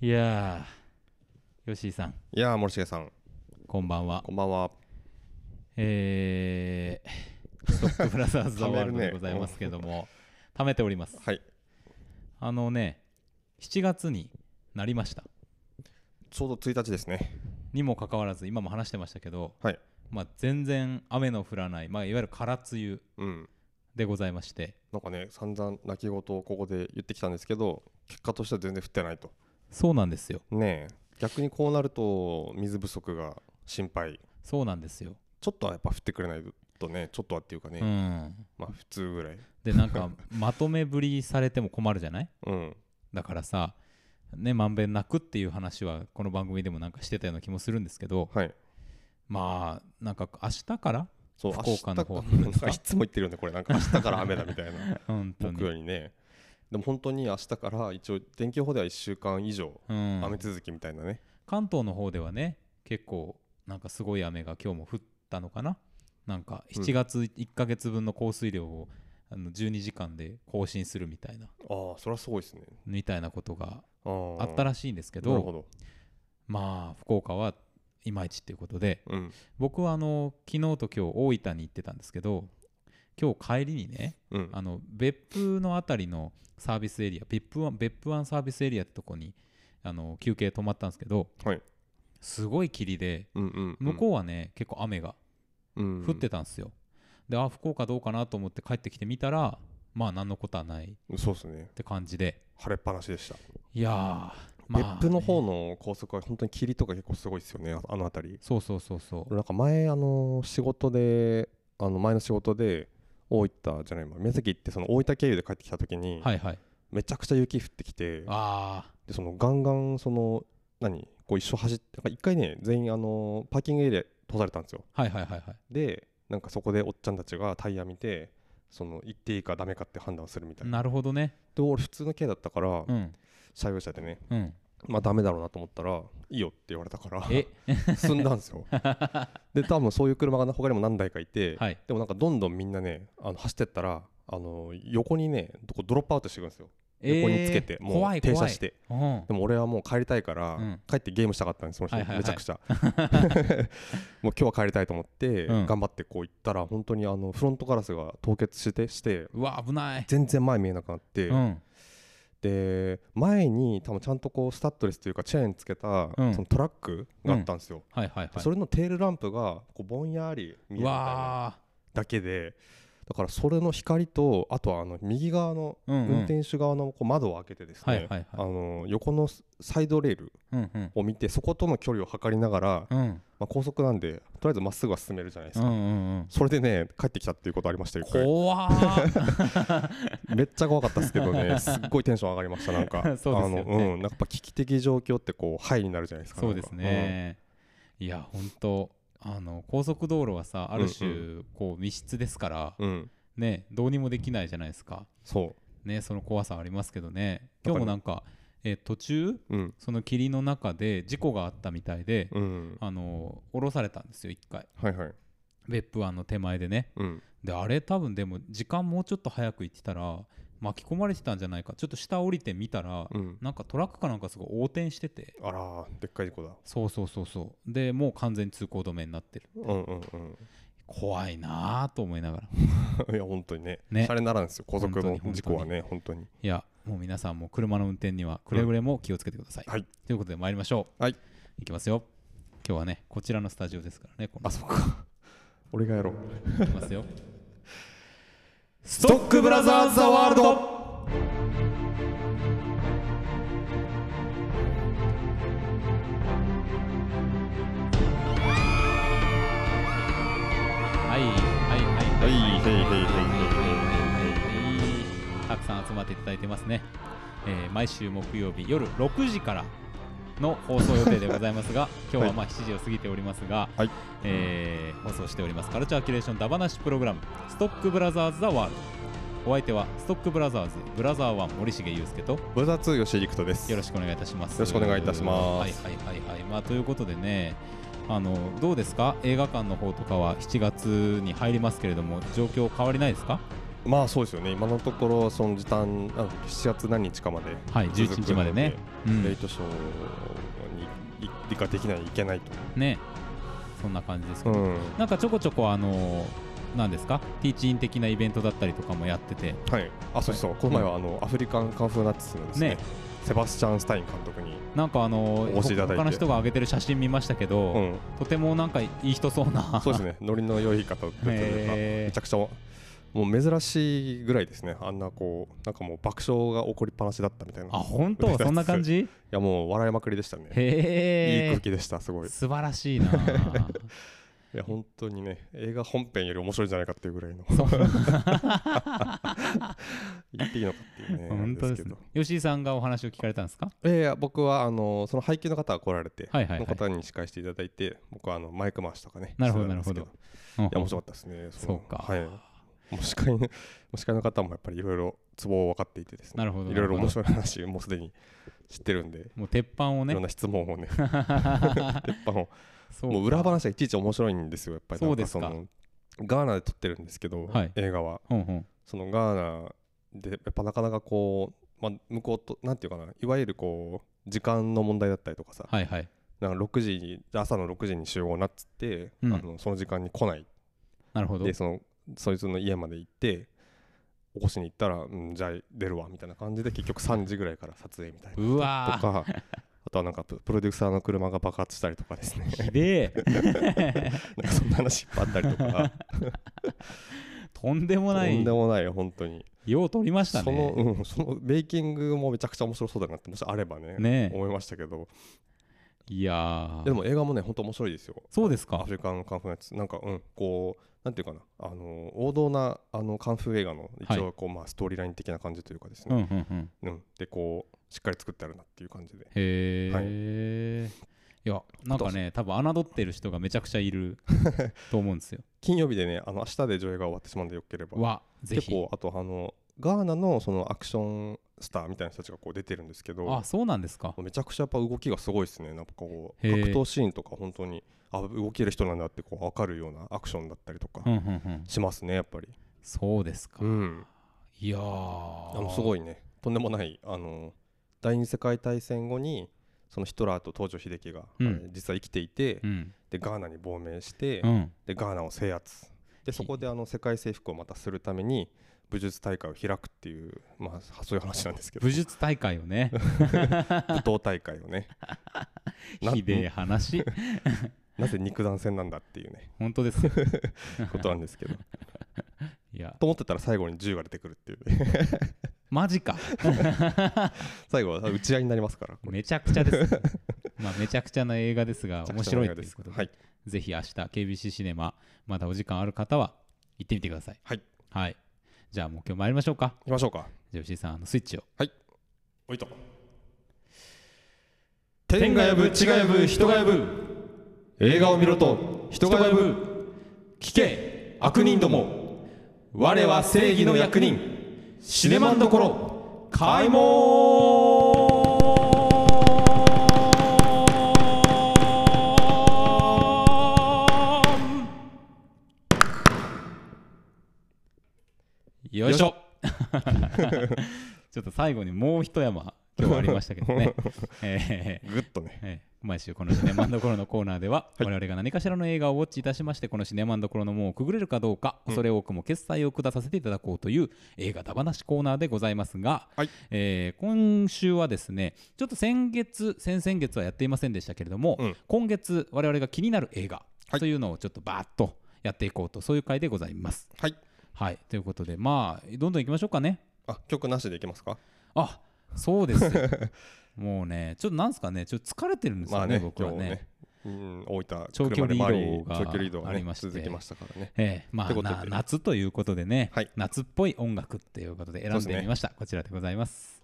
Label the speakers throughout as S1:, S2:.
S1: いやー、吉井さん、
S2: いやー森重さん
S1: こんばんは。
S2: こんばんは
S1: えー、ストックブラザ ーズ・ザ・
S2: 貯め
S1: ワー
S2: る
S1: ル
S2: ね
S1: ドでございますけども、貯めております。
S2: はい
S1: あのね、7月になりました。
S2: ちょうど1日ですね
S1: にもかかわらず、今も話してましたけど、
S2: はい
S1: まあ、全然雨の降らない、まあ、いわゆる空梅雨
S2: うん
S1: でございまして、
S2: なんかね散々泣き言をここで言ってきたんですけど結果としては全然降ってないと
S1: そうなんですよ、
S2: ねえ逆にこうなると水不足が心配
S1: そうなんですよ。
S2: ちょっとはやっぱ降ってくれないとねちょっとはっていうかね、
S1: うん、
S2: まあ普通ぐらい
S1: で、なん か、まとめぶりされても困るじゃない
S2: うん
S1: だからさ、ね、まんべんなくっていう話は、この番組でもなんかしてたような気もするんですけど、
S2: はい
S1: まあなんか明日 から
S2: そう
S1: 福岡の方
S2: 明日かなんかいつも言ってるよねこれなんか明日から雨だみた いな
S1: 本当
S2: 木
S1: に、
S2: 曜にねでも本当に明日から一応天気予報では1週間以上
S1: うん
S2: 雨続きみたいなね、
S1: 関東の方ではね結構なんかすごい雨が今日も降ったのかななんか
S2: うん
S1: 7月1ヶ月分の降水量をあの12時間で更新するみたいな
S2: ああそれはすごいですね
S1: みたいなことが
S2: あー
S1: あったらしいんですけ
S2: なる
S1: ど
S2: ほど
S1: まあ福岡はいまいちっていうことで
S2: うん
S1: 僕はあの昨日と今日大分に行ってたんですけど今日帰りにね
S2: うん
S1: あの別府のあたりのサービスエリア別府湾別府湾サービスエリアってとこにあの休憩泊まったんですけど、
S2: はい
S1: すごい霧で
S2: うんうんうん
S1: 向こうはね、結構雨が
S2: うん
S1: 降ってたんですよ、であ福岡どうかなと思って帰ってきてみたらまあ何のことはないっ
S2: そうですね
S1: て感じで
S2: 晴れっぱなしでした、
S1: いやーまあね
S2: 別府の方の高速は本当に霧とか結構すごいですよねああの辺り
S1: そうそうそうそう
S2: なんか前あの仕事であの前の仕事で大分じゃないまあ宮崎行ってその大分経由で帰ってきた時に、
S1: はいはい
S2: めちゃくちゃ雪降ってきて
S1: ああ
S2: でそのガンガンその何こう一緒走ってなんか一回ね全員あのパーキングエリア通されたんですよ
S1: はいはいはいはい
S2: でなんかそこでおっちゃんたちがタイヤ見てその行っていいかダメかって判断するみたいな
S1: なるほどね
S2: で俺普通の軽だったから、
S1: うん
S2: 車用車でね
S1: うん
S2: まあダメだろうなと思ったらいいよって言われたから
S1: え
S2: 進んだんですよで多分そういう車が他にも何台かいて、
S1: はい
S2: でもなんかどんどんみんなねあの走ってったらあの横にねこうドロップアウトしていくんですよ横につけて
S1: えー
S2: もう
S1: 怖い
S2: 停
S1: 怖い
S2: 車して
S1: うんは
S2: でも俺はもう帰りたいから、
S1: うん
S2: 帰ってゲームしたかったんですその人、
S1: はいはいはい
S2: めち ゃくちゃもう今日は帰りたいと思って、
S1: うん
S2: 頑張ってこう行ったら本当にあのフロントガラスが凍結してして
S1: うわ危ない
S2: 全然前見えなくなって、
S1: うん
S2: で前に多分ちゃんとこうスタッドレスというかチェーンつけた、
S1: うん
S2: そのトラックがあったんですよ、
S1: はいはいはい
S2: それのテールランプがこうぼんやり見えるみたいな
S1: わ
S2: だけでだからそれの光とあとはあの右側の
S1: ーうんうん
S2: 運転手側のこう窓を開けてです
S1: はいはい
S2: ね
S1: はい
S2: あの横のサイドレール
S1: うんうん
S2: を見てそことの距離を測りながら、ま
S1: うん
S2: あ、高速なんでとりあえずまっすぐは進めるじゃないです
S1: うんう
S2: か、
S1: んうん
S2: それでね帰ってきたっていうことありましたよこれ
S1: 怖 ー
S2: めっちゃ怖かったですけど ねすっごいテンション上がりましたなんか
S1: そうですよね
S2: あのうんなんかやっぱ危機的状況ってこうハイになるじゃないですか
S1: そうですねいや本当あの高速道路はさある
S2: う
S1: 種こう密室ですから
S2: なんかうん、うん
S1: ねどうにもできないじゃないですか
S2: そ
S1: ねその怖さはありますけどね
S2: だ
S1: 今
S2: から
S1: 日もなんかえ途中
S2: ううん
S1: その霧の中で事故があったみたいで
S2: うん
S1: あの降ろされたんですよ一回
S2: はいはい
S1: 別府湾の手前でね
S2: うん
S1: であれ多分でも時間もうちょっと早く行ってたら巻き込まれてたんじゃないかちょっと下降りてみたら
S2: うん
S1: なんかトラックかなんかすごい横転してて
S2: あらーでっかい事故だ
S1: そうそうそうそうでもう完全に通行止めになってる
S2: うんうんうん
S1: 怖いなあと思いながら
S2: いや本当にね
S1: ね
S2: シャレにならんですよ高速
S1: 本
S2: の
S1: 当に
S2: 事故はね本当に
S1: いやもう皆さんも車の運転にはくれぐれも気をつけてください、
S2: はい
S1: ということで参りましょう
S2: はい
S1: いきますよ今日はねこちらのスタジオですからねこの
S2: あそっか俺がやろう
S1: いきますよス
S2: ストックブラザーズ・ザ・ワールド
S1: はいはいはいはい
S2: はいはいはい
S1: たくさん集まっていただいてますね、えー毎週木曜日夜6時からの放送予定でございますが今 日はまあ7時を過ぎておりますが、
S2: はい
S1: えー放送しておりますカルチャーキュレーションダバナシプログラム「ストックブラザーズ・ザ・ワールド」お相手はストックブラザーズブラザーワン森重裕介と
S2: ブザー2吉井陸斗です
S1: よろしくお願いいたします。
S2: よろしくお願いいたします
S1: はいはいはいはい。まあということでね、あのどうですか？映画館の方とかは7月に入りますけれども、状況変わりないですか？
S2: まあそうですよね今のところその時短あ7月何日かまで
S1: はい
S2: 続く
S1: 11日までねう
S2: のでレイ
S1: ん
S2: トショーにい理解できないいけないと、
S1: ねそんな感じですけ
S2: う
S1: ど、
S2: ん
S1: なんかちょこちょこあのなんですかティーチイン的なイベントだったりとかもやってて
S2: はい、あそうそうこの前はあのアフリカンカンフーナッツのですね
S1: ね
S2: セバスチャン・スタイン監督に、
S1: なんかあの
S2: お越しいただいて
S1: 他の人が上げてる写真見ましたけど、
S2: うん、
S1: とてもなんかいい人そうな
S2: そうですねノリの良い方だったというか
S1: へー
S2: めちゃくちゃもう珍しいぐらいですねあんなこうなんかもう爆笑が起こりっぱなしだったみたいない
S1: あ本当そんな 感じ
S2: やもう笑いまくりでしたねいい
S1: へ
S2: 空気でしたすご
S1: え
S2: い
S1: 素晴ら しいな
S2: いや本当にね映画本編より面白いんじゃないかっていうぐらい の
S1: そう
S2: 言っていいのかっていうね
S1: 本当で
S2: あれ
S1: す
S2: け
S1: ね
S2: ど
S1: 吉井さんがお話を聞かれたんですか
S2: ええ僕はあのその配給の方が来られて、
S1: はいはいはい
S2: の方に司会していただいて僕はあのマイク回しとかね
S1: なるほど
S2: してたんです
S1: な
S2: け
S1: るほうん
S2: いや面白かったですねの
S1: そうか
S2: はいもう司会のもう司会の方もやっぱりいろいろツボを分かっていてですね
S1: なるほど
S2: いろいろ
S1: なる
S2: 面
S1: ほ
S2: 白い話もうすでに知ってるんで
S1: もう鉄板を
S2: い
S1: ね
S2: ろんな質問 をね鉄板を
S1: そ
S2: もう裏話がいちいち面白いんですよやっぱり
S1: そうですか
S2: なんかそのガーナで撮ってるんですけど、
S1: はい
S2: 映画は
S1: ほんほん
S2: そのガーナでやっぱなかなかこう、まあ、向こうとなんていうかないわゆるこう時間の問題だったりとかさ、
S1: はいはい
S2: なんか6時に朝の6時に集合なっつって、
S1: うん
S2: あのその時間に来ない
S1: なるほど
S2: でそのそいつの家まで行って起こしに行ったら、うん、じゃあ出るわみたいな感じで結局3時ぐらいから撮影みたいな
S1: うわ
S2: と
S1: ー
S2: かあとはなんかププロデューサーの車が爆発したりとかですね
S1: ひでえ
S2: なんかそんな話いっぱいあったりとか
S1: とんでも
S2: と
S1: なんい
S2: でもないよ本当に
S1: よう取りました
S2: その,、
S1: ね
S2: うん、そのベーキングもめちゃくちゃ面白そうだなってもしあればね
S1: ねえ
S2: 思いましたけど
S1: いや
S2: いやで
S1: ー
S2: も映画もね本当面白いですよ
S1: そうです
S2: ア
S1: か
S2: フリカのカンフーのやつなんかうんこうなんていうかなあの王道なあのカンフー映画の一応こう、まあストーリーライン的な感じというかです
S1: うんう
S2: ね、
S1: んうん
S2: うんでこうしっかり作ってあるなっていう感じで
S1: へえ、い、やなんかね多分侮ってる人がめちゃくちゃい ると思うんですよ
S2: 金曜日でねあの明日で上映が終わってしまうんでよければ
S1: はぜ
S2: 結
S1: ひ
S2: 構あとあのガーナのそのアクションスターみたいな人たちがこう出てるんですけど
S1: あそうなんですか
S2: めちゃくちゃやっぱ動きがすごいですねなんかこう
S1: へ
S2: 格
S1: ー
S2: 闘シーンとか本当にあ動ける人なんだってこう分かるようなアクションだったりとか
S1: うんうんうん
S2: しますねやっぱり
S1: そうですか、
S2: うん
S1: いや
S2: あのすご
S1: い
S2: いねとんでもないあの第二次世界大戦後にそのヒトラーと東條英機が、
S1: うん
S2: あれ実は生きていて、
S1: うん、
S2: でガーナに亡命して、
S1: うん、
S2: でガーナを制圧
S1: ひ
S2: でそこであの世界征服をまたするために武術大会を開くっていうまあそういう話なんですけ ど
S1: 武術大会をね
S2: 武闘大会 をね な
S1: ひでえ話
S2: なぜ肉弾戦なんだって いうね
S1: 本当ですよ
S2: ことなんですけど
S1: いや
S2: と思ってたら最後に銃が出てくるっていうね
S1: マジか
S2: 最後は打ち合いになりますからこれ
S1: めちゃくちゃ ですね、まあめちゃくちゃな映画ですが面白い
S2: めちゃ
S1: と
S2: く
S1: い
S2: ち
S1: う
S2: ゃ
S1: こと
S2: な映
S1: で、
S2: 画はい
S1: ぜひ明日 KBC シネマまだお時間ある方は行ってみてください
S2: はい、
S1: はい、じゃあもう今日参りましょうか
S2: 行きましょうか
S1: じゃあ吉井さんあのスイッチを
S2: おいと天がぶ地がぶ人がぶ映画を見ろと人がぶ
S1: 聞け
S2: 悪人ども
S1: 我は正義の役
S2: 人
S1: シネマンどころ開門よいしょ ちょ っと最後にもう一山今日はありましたけど ね、えー
S2: ぐっとね
S1: ええ毎週このシネマンどころのコーナーでは、我々が何かしらの映画をウォッチいたしましてこのシネマンどころの門をくぐれるかどうか恐れ多くも決済を下させていただこうという映画だ話コーナーでございますが、
S2: はい
S1: えー今週はですねちょっと先月先々月はやっていませんでしたけれども、
S2: うん
S1: 今月我々が気になる映画
S2: はい
S1: というのをちょっとバーッとやっていこうとそういう回でございます。
S2: はい
S1: はいということでまあどんどんいきましょうかね。
S2: あ曲なしでいきますか
S1: あそう ですよもうねちょっとなんですかねちょっと疲れてるんですよね,、
S2: まあね
S1: 僕は
S2: 今日ねうん大分
S1: 長距離
S2: 車で回り
S1: 移動が
S2: 長距離移動が
S1: あり
S2: ね
S1: まして
S2: 続きましたからね
S1: ええま
S2: と
S1: あ
S2: いうことで
S1: な夏ということでね、
S2: はい
S1: 夏っぽい音楽っていうことで選ん
S2: そうで
S1: です
S2: ね
S1: みました、こちらでございます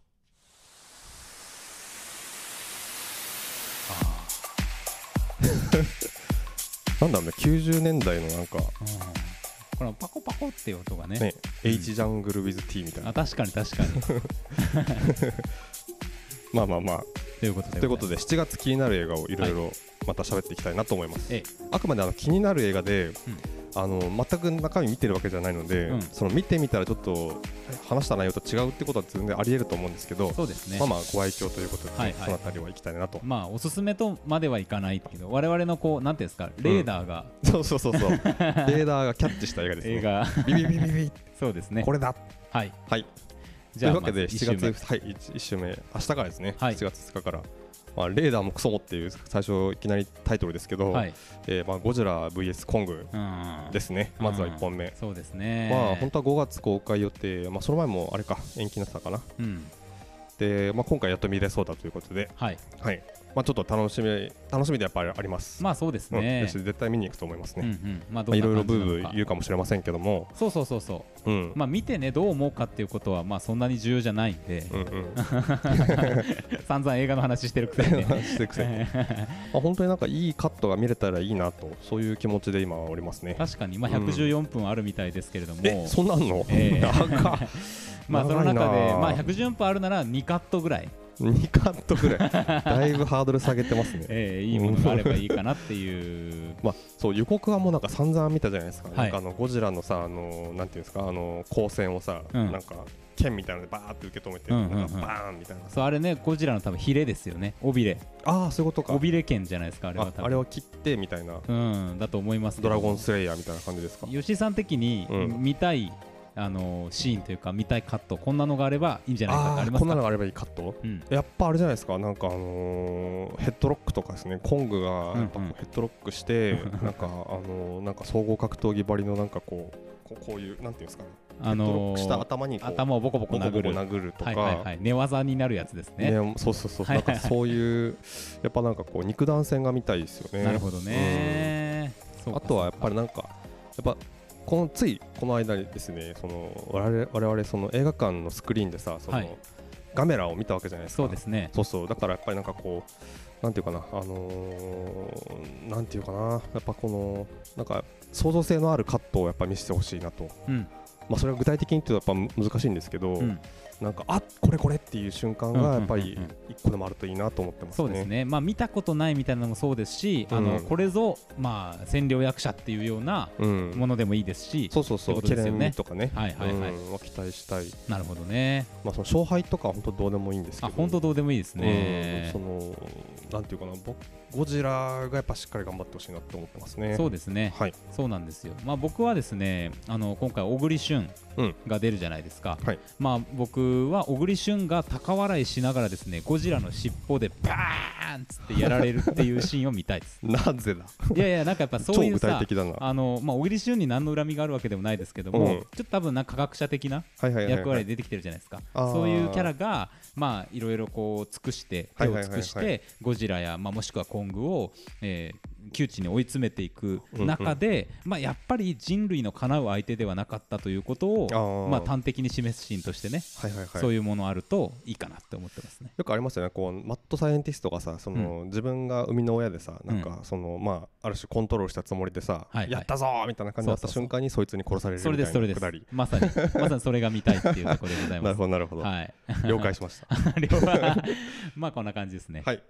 S2: なんだろうね90年代のなんか
S1: このパコパコっていう音がね
S2: ね H ジャングル with T みたい
S1: あ
S2: な
S1: 確かに確 かに
S2: まあまあまあ
S1: ということで
S2: ということ
S1: で
S2: で7月気になる映画をいろいろまた喋っていきたいなと思います
S1: ええ
S2: あくまであの気になる映画で、あの全く中身見てるわけじゃないので、
S1: うん
S2: その見てみたらちょっと話した内容と違うってことは全然ありえると思うんですけど、
S1: そうですね
S2: まあまあご愛嬌ということで、
S1: はいはい
S2: そのあたりは行きたいなと。
S1: まあおすすめとまではいかないけど我々のこうなんていうんですかレーダーが
S2: そうそうそ うそう。レーダーがキャッチした映画ですね。
S1: 映画
S2: ビビビビビビ、
S1: そうですね
S2: これだ。
S1: はい
S2: はい。
S1: じゃあ
S2: というわけで
S1: まず一
S2: 7
S1: 周目
S2: 月はい一一週目明日からですね。
S1: はい
S2: 7月2日から。まあ、レーダーもクソもっていう最初いきなりタイトルですけど、
S1: はい
S2: えーまあ、ゴジラ VS コング
S1: うん
S2: ですね、まずは1本目、
S1: そうですね
S2: まあ、本当は5月公開予定、まあ、その前もあれか延期になってたかな
S1: うん
S2: で、まあ、今回やっと見れそうだということで、
S1: はい
S2: はいまあ、ちょっと楽しみ楽しみでやっぱりあります、
S1: まあそうです
S2: うん
S1: ね
S2: 私絶対見に行くと思います
S1: うんう
S2: ね、
S1: んまあ
S2: まあ、いろいろブーブー
S1: ー
S2: 言うかもしれませんけども、
S1: そうそうそうそう
S2: うん
S1: まあ、見てねどう思うかっていうことはまあそんなに重要じゃないんで、
S2: うん うん、
S1: 散々映画の話してるくせにね
S2: してくせに、まあ、本当になんかいいカットが見れたらいいなとそういう気持ちで今はおりますね
S1: 確かに、まあ、114分あるみたいですけれども、
S2: えそんなんあんの、
S1: ええ
S2: 長 っ
S1: まあ、その中で、
S2: 長いなあ
S1: まあ、114分あるなら2カットぐらい、
S2: 2カットぐらいだいぶハードル下げてますね
S1: えーいいものがあればいいかなっていう
S2: まあ、そう予告はもうなんか散々見たじゃないですか、
S1: はい
S2: なんかあのゴジラのさ、あのなんていうんですか、あの光線をさ、
S1: うん
S2: なんか剣みたいなのでバーって受け止めて、
S1: うんうんうん
S2: なんかバーンみたいなさ、
S1: そうあれねゴジラの多分ヒレですよね尾びれ
S2: ああ、そういうことか、
S1: 尾びれ剣じゃないですかあれは
S2: あ
S1: 多分
S2: あれを切ってみたいな、
S1: うんだと思いますけど
S2: ドラゴンスレイヤーみたいな感じですか。
S1: 吉井さん的に
S2: うん
S1: 見たい、あのシーンというか見たいカットこんなのがあればいいんじゃないかって
S2: あ
S1: あり
S2: ー
S1: ま
S2: こ
S1: す
S2: んな
S1: か
S2: のがあればいいカット
S1: うん
S2: やっぱあれじゃないですか、なんかあのーヘッドロックとかですね、コングがやっ
S1: う
S2: ぱこ
S1: んうん
S2: うヘッドロック して、なんかあのーなんか総合格闘技ばりのなんかこう、こうこういう、なんていうんですかね、
S1: あ
S2: ヘッドロッ
S1: の
S2: クした頭にこう、
S1: 頭をボコボコ
S2: ボコ
S1: 殴
S2: ボコ
S1: る
S2: 殴るとか、
S1: はいはいはい、寝技になるやつですね。
S2: ね、そうそうそう、なんかそういう、やっぱなんかこう肉弾戦が見たいですよね。
S1: なるほどね、
S2: う
S1: そ
S2: ん。
S1: うか
S2: あとはやっぱ
S1: り、
S2: りなんか、やっぱこのついこの間にですね、その我々我々その映画館のスクリーンでさ、その、
S1: はい
S2: ガメラを見たわけじゃないですか。
S1: そうですね。
S2: そうそうだからやっぱりなんかこうなんていうかなあのーなんていうかなやっぱこのなんか創造性のあるカットをやっぱ見せてほしいなと。
S1: うん、
S2: まあそれは具体的にっていうとやっぱ難しいんですけど、
S1: うん
S2: なんかあこれこれっていう瞬間がやっぱ
S1: う
S2: り
S1: んうんうん
S2: 一個でもあるといいなと思ってますね。
S1: そうですね。まあ見たことないみたいなのもそうですし、
S2: うん
S1: あのこれぞまあ占領役者っていうような
S2: うん、
S1: ものでもいいですし、
S2: そうそうそ
S1: って
S2: う、
S1: こと
S2: ケ
S1: です
S2: レ
S1: よね
S2: ン味とかね、
S1: はいはいはい
S2: うんは期待したい、
S1: なるほどね。
S2: まあ、その勝敗とかは本当どうでもいいんですけ
S1: あ
S2: ど、
S1: 本当どうでもいいです
S2: うん
S1: ね
S2: そ。のなんていうかな、僕ゴジラがやっぱしっかり頑張ってほしいなって思ってますね。
S1: そうですね。
S2: はい、
S1: そうなんですよ。まあ僕はですね、あの今回小栗旬
S2: うん
S1: が出るじゃないですか。
S2: はい
S1: まあ僕は小栗旬が高笑いしながらですね、ゴジラの尻尾でバーンっつってやられるっていうシーンを見たい です。
S2: なぜだ、
S1: いやいやなんかやっぱそ
S2: 超
S1: ういう
S2: 具体
S1: さ
S2: 的だな。は
S1: あのまあ、小栗旬に何の恨みがあるわけでもないですけども、
S2: うん
S1: ちょっと多分なんか科学者的ない
S2: はいはいはい
S1: 役割で出てきてるじゃないですか、
S2: あー
S1: そういうキャラが、まあ、いろいろこう尽くして
S2: は
S1: 手を
S2: いはいはいは
S1: 尽
S2: い
S1: くして、ゴジラや、まあ、もしくはコングを、えー窮地に追い詰めていく中で、まあ、やっぱり人類のかなう相手ではなかったということを
S2: あー
S1: まあ、端的に示すシーンとしてね、
S2: はいはいはい。
S1: そういうものあるといいかなって思ってますね。
S2: よくありますよねこうマッドサイエンティストがさその、自分が生みの親でさなんかその、まあ、ある種コントロールしたつもりでさ、
S1: はいはい
S2: やったぞーみたいな感じになった
S1: そうそうそう
S2: 瞬間にそいつに殺されるみ
S1: そ
S2: た
S1: れ
S2: いな
S1: ですそれで
S2: く
S1: す
S2: だり
S1: ま さにまさにそれが見たいっていうところでござい
S2: な
S1: ま
S2: る
S1: す。
S2: ほ どなるほど、
S1: はい
S2: 了解しまし た
S1: 了解まあこんな感じですね。
S2: はい。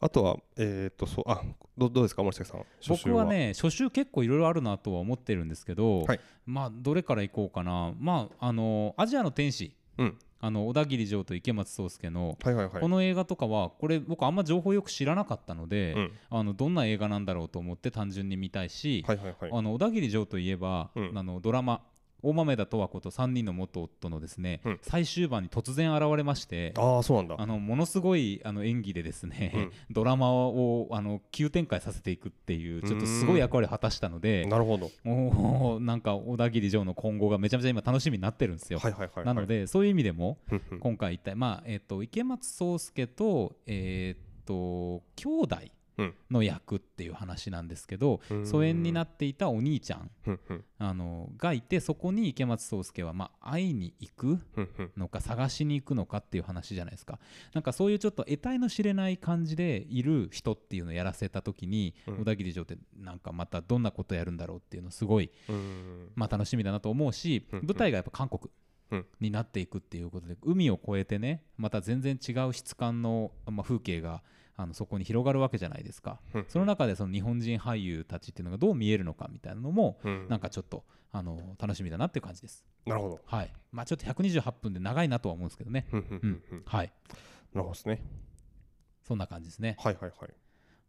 S2: あとはえっ、とそうあどどうですか森崎さん初週
S1: 僕はね、初週結構いろいろあるなとは思ってるんですけど、
S2: はい
S1: まあどれからいこうかな。まああのアジアの天使、
S2: うん
S1: あの小田切城と池松壮亮の。
S2: はいはいはい
S1: この映画とかはこれ僕あんま情報よく知らなかったので、
S2: うん
S1: あのどんな映画なんだろうと思って単純に見たいし、
S2: はいはいはい
S1: あの小田切城といえば、
S2: うん
S1: あのドラマ「大豆田十和子と3人の元夫」のですね、
S2: うん
S1: 最終盤に突然現れまして
S2: ああそうなんだ
S1: あのものすごいあの演技でですね、
S2: うん
S1: ドラマをあの急展開させていくっていうちょっとすごい役割を果たしたので
S2: なるほど
S1: もうなんか小田切城の今後がめちゃめちゃ今楽しみになってるんですよ。
S2: はいはいはいはい
S1: なのでそういう意味でも
S2: ふんふん
S1: 今回一体、まあえっと池松壮亮と,、えっと兄弟
S2: うん
S1: の役っていう話なんですけど
S2: うーん
S1: 疎遠になっていたお兄ちゃん
S2: ふんふん
S1: あのがいてそこに池松壮亮は、まあ、会いに行く
S2: ふんふん
S1: のか探しに行くのかっていう話じゃないですかなんかそういうちょっと得体の知れない感じでいる人っていうのをやらせた時に、
S2: うん
S1: 小田切城ってなんかまたどんなことやるんだろうっていうのすごい、
S2: うーん
S1: まあ、楽しみだなと思うし、
S2: うんうん
S1: 舞台がやっぱ韓国
S2: うん
S1: になっていくっていうことで海を越えてねまた全然違う質感の、まあ、風景があのそこに広がるわけじゃないですか、
S2: うん
S1: その中でその日本人俳優たちっていうのがどう見えるのかみたいなのも
S2: うん
S1: なんかちょっとあの楽しみだなっていう感じです
S2: なるほど。
S1: はいまあちょっと128分で長いなとは思うんですけどね
S2: うんうんうんうん
S1: はい
S2: なるほどですね。
S1: そんな感じですね
S2: はいはいはい。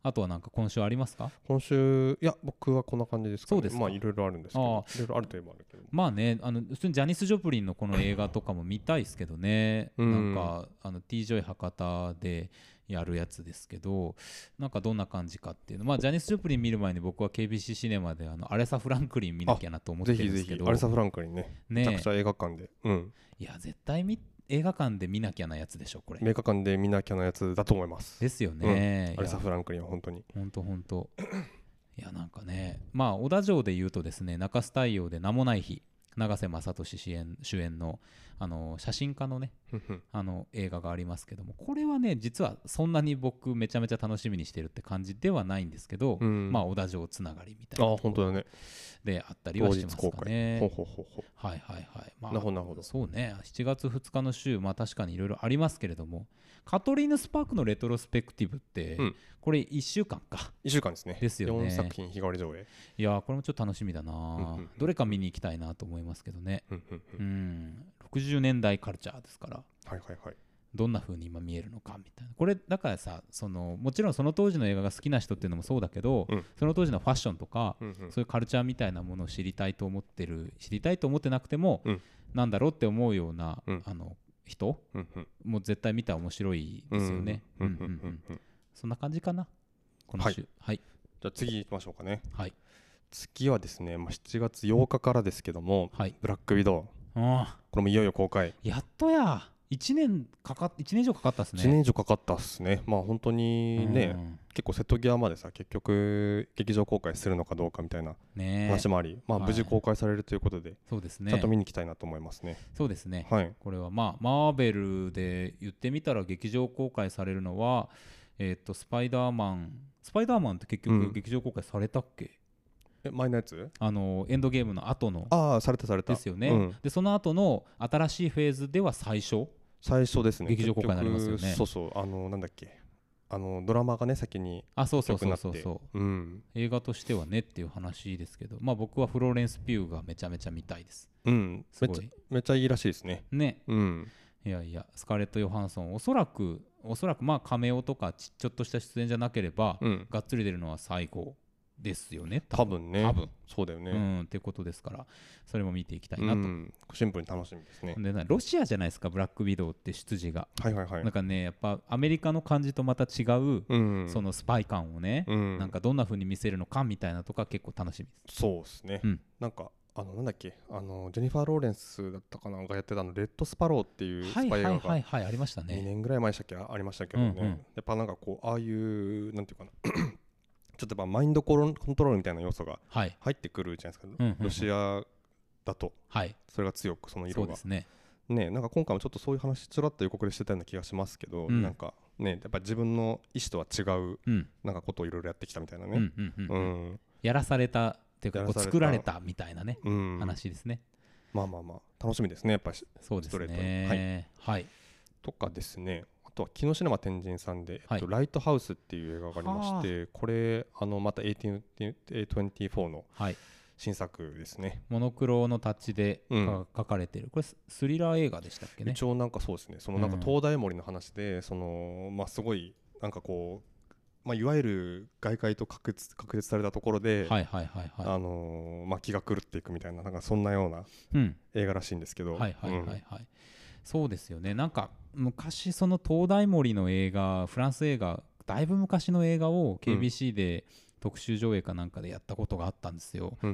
S1: あとはなんか今週ありますか
S2: 今週、いや、僕はこんな感じですか、ね。
S1: そうですか
S2: まあ、いろいろあるんですけ
S1: あ
S2: ど、いろいろあるといえばあるけど。
S1: まあねあの普通にジャニス・ジョプリンのこの映画とかも見たいですけどね、
S2: うん
S1: なんかあの t j o y 博多でやるやつですけどなんかどんな感じかっていうのまあジャニス・ジョプリン見る前に僕は KBC シネマであのアレサ・フランクリン見なきゃなと思って
S2: ぜ
S1: る
S2: ひ
S1: んで
S2: ぜ
S1: すけ
S2: ひ
S1: ど、
S2: アレサ・フランクリンね、めちゃ
S1: ね
S2: くちゃ映画館で、うん、
S1: いや絶対み映画館で見なきゃなやつでしょこれ
S2: 映画館で見なきゃなやつだと思います。
S1: ですよね、
S2: アレサ・フランクリンは本当に。
S1: 本当本当 いやなんかねまあ小田城で言うとですね中洲太陽で名もない日永瀬正敏主演主演のあの写真家のね
S2: うんうん
S1: あの映画がありますけどもこれはね実はそんなに僕めちゃめちゃ楽しみにしてるって感じではないんですけど、
S2: うん
S1: まあ小田城つながりみたいな
S2: ああ、本当だね。
S1: であったり
S2: 当
S1: はし
S2: 日
S1: ます
S2: 公
S1: か
S2: 開。ほ
S1: ね。
S2: うほうほうほ
S1: はいはいはい、まあ
S2: う。なるほど、なるほど。
S1: そうね7月2日の週まあ確かにいろいろありますけれどもカトリーヌ・スパークのレトロスペクティブって、
S2: うん
S1: これ1週間か
S2: 1週間ですね。
S1: ですよね
S2: 4作品日替わり上映。
S1: いやーこれもちょっと楽しみだな、
S2: んうん
S1: どれか見に行きたいなと思いますけどね
S2: うんうんう
S1: うんん60年代カルチャーですから
S2: はいはいはい。
S1: どんな風に今見えるのかみたいなこれだからさそのもちろんその当時の映画が好きな人っていうのもそうだけど、
S2: うん
S1: その当時のファッションとか、
S2: うんうん
S1: そういうカルチャーみたいなものを知りたいと思ってる知りたいと思ってなくても、
S2: うん
S1: なんだろうって思うような、
S2: うん
S1: あの人
S2: うんうん
S1: もう絶対見たら面白いですよね。
S2: うん
S1: うん
S2: うん
S1: うんう
S2: う
S1: んん
S2: うん
S1: そんな感じかなこの週はい
S2: じゃあ次行きましょうかね。
S1: はい
S2: 次はですね、まあ、7月8日からですけども、
S1: はい、
S2: ブラックウィドウ、
S1: あ
S2: これもいよいよ公開。
S1: ーやっとや1年かかっ一年以上かかったっす
S2: 1
S1: ね。
S2: 年以上かかったっすね。まあ本当にね、
S1: うん
S2: 結構瀬戸際までさ、結局劇場公開するのかどうかみたいな
S1: ねえ
S2: 話もあり、まあ
S1: はい
S2: 無事公開されるということで、
S1: そうですね
S2: ちゃんと見に行きたいなと思いますね。
S1: そうですね、
S2: はい。
S1: これはまあマーベルで言ってみたら劇場公開されるのはえっ、とスパイダーマンスパイダーマンって結
S2: う
S1: 局
S2: ん
S1: 劇場公開されたっけ、
S2: え、前のやつ
S1: あのエンドゲームの後の
S2: ああ、されたされた。
S1: ですよね、
S2: うん
S1: でその後の新しいフェーズでは最初
S2: 最初ですね。
S1: 劇場公開になりますよね
S2: 結局そうそう、あの、なんだっけ、あの、ドラマがね、先に。
S1: あそうそう
S2: 曲に
S1: そ
S2: な
S1: う
S2: って
S1: そうそう
S2: うん、
S1: 映画としてはねっていう話ですけどまあ僕はフローレンス・ピューがめちゃめちゃ見たいです
S2: うん、
S1: す
S2: めっ
S1: ご
S2: ちゃ
S1: い
S2: めっちゃいいらしいですね。
S1: ね
S2: うん、
S1: いやいやスカーレット・ヨハンソンおそらくおそらくまあカメオとかちちょっとした出演じゃなければ、
S2: うん、
S1: がっつり出るのは最後ですよね
S2: 多分ね、
S1: 多分
S2: そうだよ
S1: うん
S2: ね。
S1: ってことですからそれも見ていきたいうなと、
S2: ん、シンプルに楽しみですね。
S1: でなロシアじゃないですかブラック・ウィドウって出自が、
S2: はいはいはい
S1: なん。かねやっぱアメリカの感じとまた違う、
S2: うん、
S1: そのスパイ感をね、
S2: うん、
S1: なんかどんな風に見せるのかみたいなとか結構楽しみです
S2: そうですね。
S1: うん
S2: なんかあのなんだっけ、あのジェニファーローレンスだったかなんかやってたあのレッドスパローっていうスパ
S1: は
S2: イ
S1: い
S2: 映画
S1: は
S2: が。
S1: いはいはいありました
S2: 2
S1: ね
S2: 年ぐらい前でしたっけあありましたけどね、
S1: うんうん
S2: やっぱなんかこうああいうなんていう かなちょっとやっぱマインドコロンコントロールみたいな要素が
S1: はい
S2: 入ってくるじゃないですか、
S1: うんうんうん
S2: ロシアだと
S1: はい
S2: それが強くその
S1: そ
S2: 色
S1: う
S2: が
S1: ですね
S2: ねなんか今回もちょっとそういう話ちらっと予告でしてたような気がしますけど、
S1: うん
S2: なんかねやっぱ自分の意思とは違う
S1: うん
S2: なんかことをいろいろやってきたみたいな
S1: うん
S2: ね
S1: うんうん、
S2: うん、
S1: やらされたっていうか
S2: や
S1: こ
S2: ら
S1: う
S2: された
S1: 作られたみたいなね、
S2: うん
S1: 話ですね
S2: まあまあまあ楽しみですねやっぱし
S1: そうです
S2: ストレ
S1: ねはい
S2: とかですねあとは木野シネマ天神さんで、
S1: はい
S2: えっと、ライトハウスっていう映画がありましてこれあのまた1824の
S1: はい
S2: 新作ですね
S1: モノクロのタッチでか
S2: うん
S1: 書かれてる、これススリラー映画でしたっけね
S2: 一応なんかそうですねそのなんか
S1: うん
S2: 東大森の話で、そのまあすごいなんかこう、まあ、いわゆる外界と隔絶隔絶されたところで、
S1: はいはいはいは、
S2: あのーまあ、気が狂っていくみたいななんかそんなようない
S1: うん、
S2: 映画らしいんですけど、
S1: はいはいはい
S2: うん
S1: はい、そうですよねなんか昔その東大森の映画フランス映画だいぶ昔の映画を KBC で特集上映かなんかでやったことがあったんですよ、
S2: うん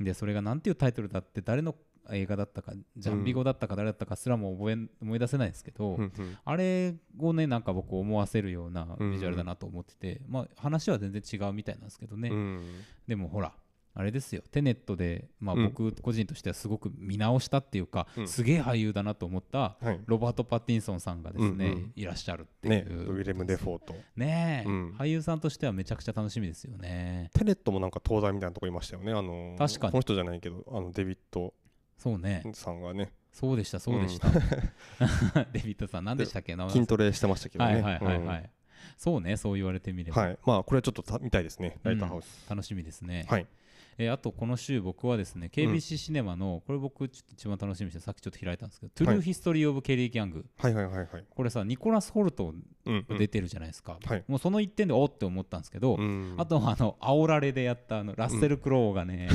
S2: うん
S1: でそれがなんていうタイトルだって誰の映画だったかジャンビ語だったか誰だったかすらも覚えん思い出せないんですけど、
S2: うんうん
S1: あれをねなんか僕思わせるようなビジュアルだなと思ってて、まあ話は全然違うみたいなんですけどね、
S2: うん
S1: でもほらあれですよテネットで、まあ、
S2: うん
S1: 僕個人としてはすごく見直したっていうか、
S2: うん
S1: すげえ俳優だなと思った
S2: はい
S1: ロバート・パティンソンさんがですね、
S2: うんうん
S1: いらっしゃるっていう
S2: ね、ウィレム・デフォーと
S1: ねえ、
S2: うん
S1: 俳優さんとしてはめちゃくちゃ楽しみですよね
S2: テネットもなんか東大みたいなとこいましたよね、あのー
S1: 確かに
S2: この人じゃないけどあのデビッド
S1: そうね
S2: さんがね
S1: そうでした そうでした、デビッドさん何でしたっけ名前
S2: 筋トレしてましたけど
S1: は
S2: ね
S1: いはいはいはい、そうねそう言われてみれば、
S2: はいまあこれはちょっとた見たいですねライトハウス、
S1: 楽しみですね、
S2: はい
S1: えーあとこの週僕はですね KBC シネマの、これ僕ちょっと一番楽しみにしてさっきちょっと開いたんですけど「トゥルー・ヒストリー・オブ・ケリー・ギャング
S2: はいはいはいはい」
S1: これさニコラス・ホルト
S2: うんうん
S1: 出てるじゃないですか、
S2: はい
S1: もうその一点でおって思ったんですけど、
S2: うん
S1: あとはあの煽られでやったあのラッセル・クロウがね、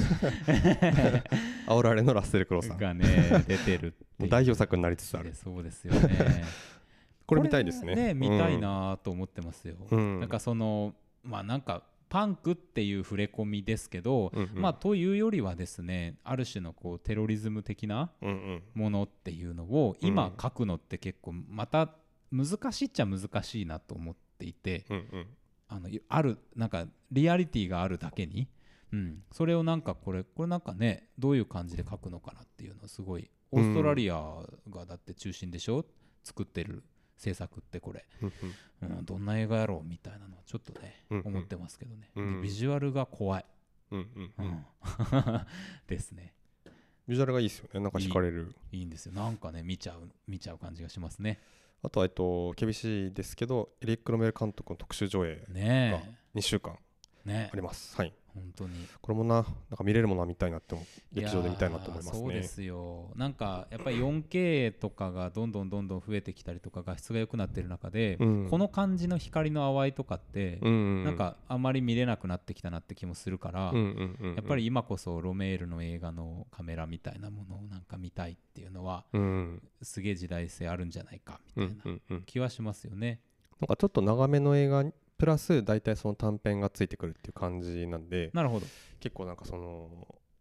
S2: 煽られのラッセル・クロウさん
S1: がね出てるっていう
S2: もう代表作になりつつある
S1: そうですよね
S2: これ見たいですね
S1: これ見たい
S2: うん
S1: なと思ってますよ、
S2: うん
S1: なんかそのまあなんかパンクっていう触れ込みですけど、
S2: うんうん
S1: まあというよりはですねある種のこうテロリズム的な
S2: うんうん
S1: ものっていうのを今
S2: うん
S1: 書くのって結構また難しいっちゃ難しいなと思っていて、
S2: うんうん
S1: あのいあるなんかリアリティがあるだけに、うん、それをなんかこれこれなんかねどういう感じで書くのかなっていうのをすごいオ
S2: うん
S1: ーストラリアがだって中心でしょ、作ってる制作ってこれ、
S2: うん
S1: うん、どんな映画やろうみたいなのはちょっとね、
S2: うんうん
S1: 思ってますけどね、
S2: うん
S1: でビジュアルが怖い、
S2: うんうんう
S1: うんん ですね
S2: ビジュアルがいいですよねなんか惹かれる
S1: いいんですよなんかね見ちゃう見ちゃう感じがしますね
S2: あとはえっと厳しいですけどエリック・ロメル監督の特集上映が
S1: ね
S2: 2週間
S1: えね
S2: ありますはい
S1: 本当に
S2: これもななんか見れるものは見たいなって思う劇場で見たいなと思います
S1: やーそうで
S2: ね
S1: すよなんかやっぱり 4K とかがどんどんどんどん増えてきたりとか画質が良くなってる中で、
S2: うん
S1: この感じの光の淡いとかって、
S2: うんうん
S1: なんかあまり見れなくなってきたなって気もするから、
S2: うんうんうんうん
S1: やっぱり今こそロメールの映画のカメラみたいなものをなんか見たいっていうのは
S2: うんうん
S1: すげえ時代性あるんじゃないか
S2: う
S1: みたい
S2: ん
S1: な
S2: うんうん
S1: 気はしますよね。
S2: なんかちょっと長めの映画にプラス大体その短編がついてくるっていう感じなんで
S1: なるほど
S2: 結構なんかその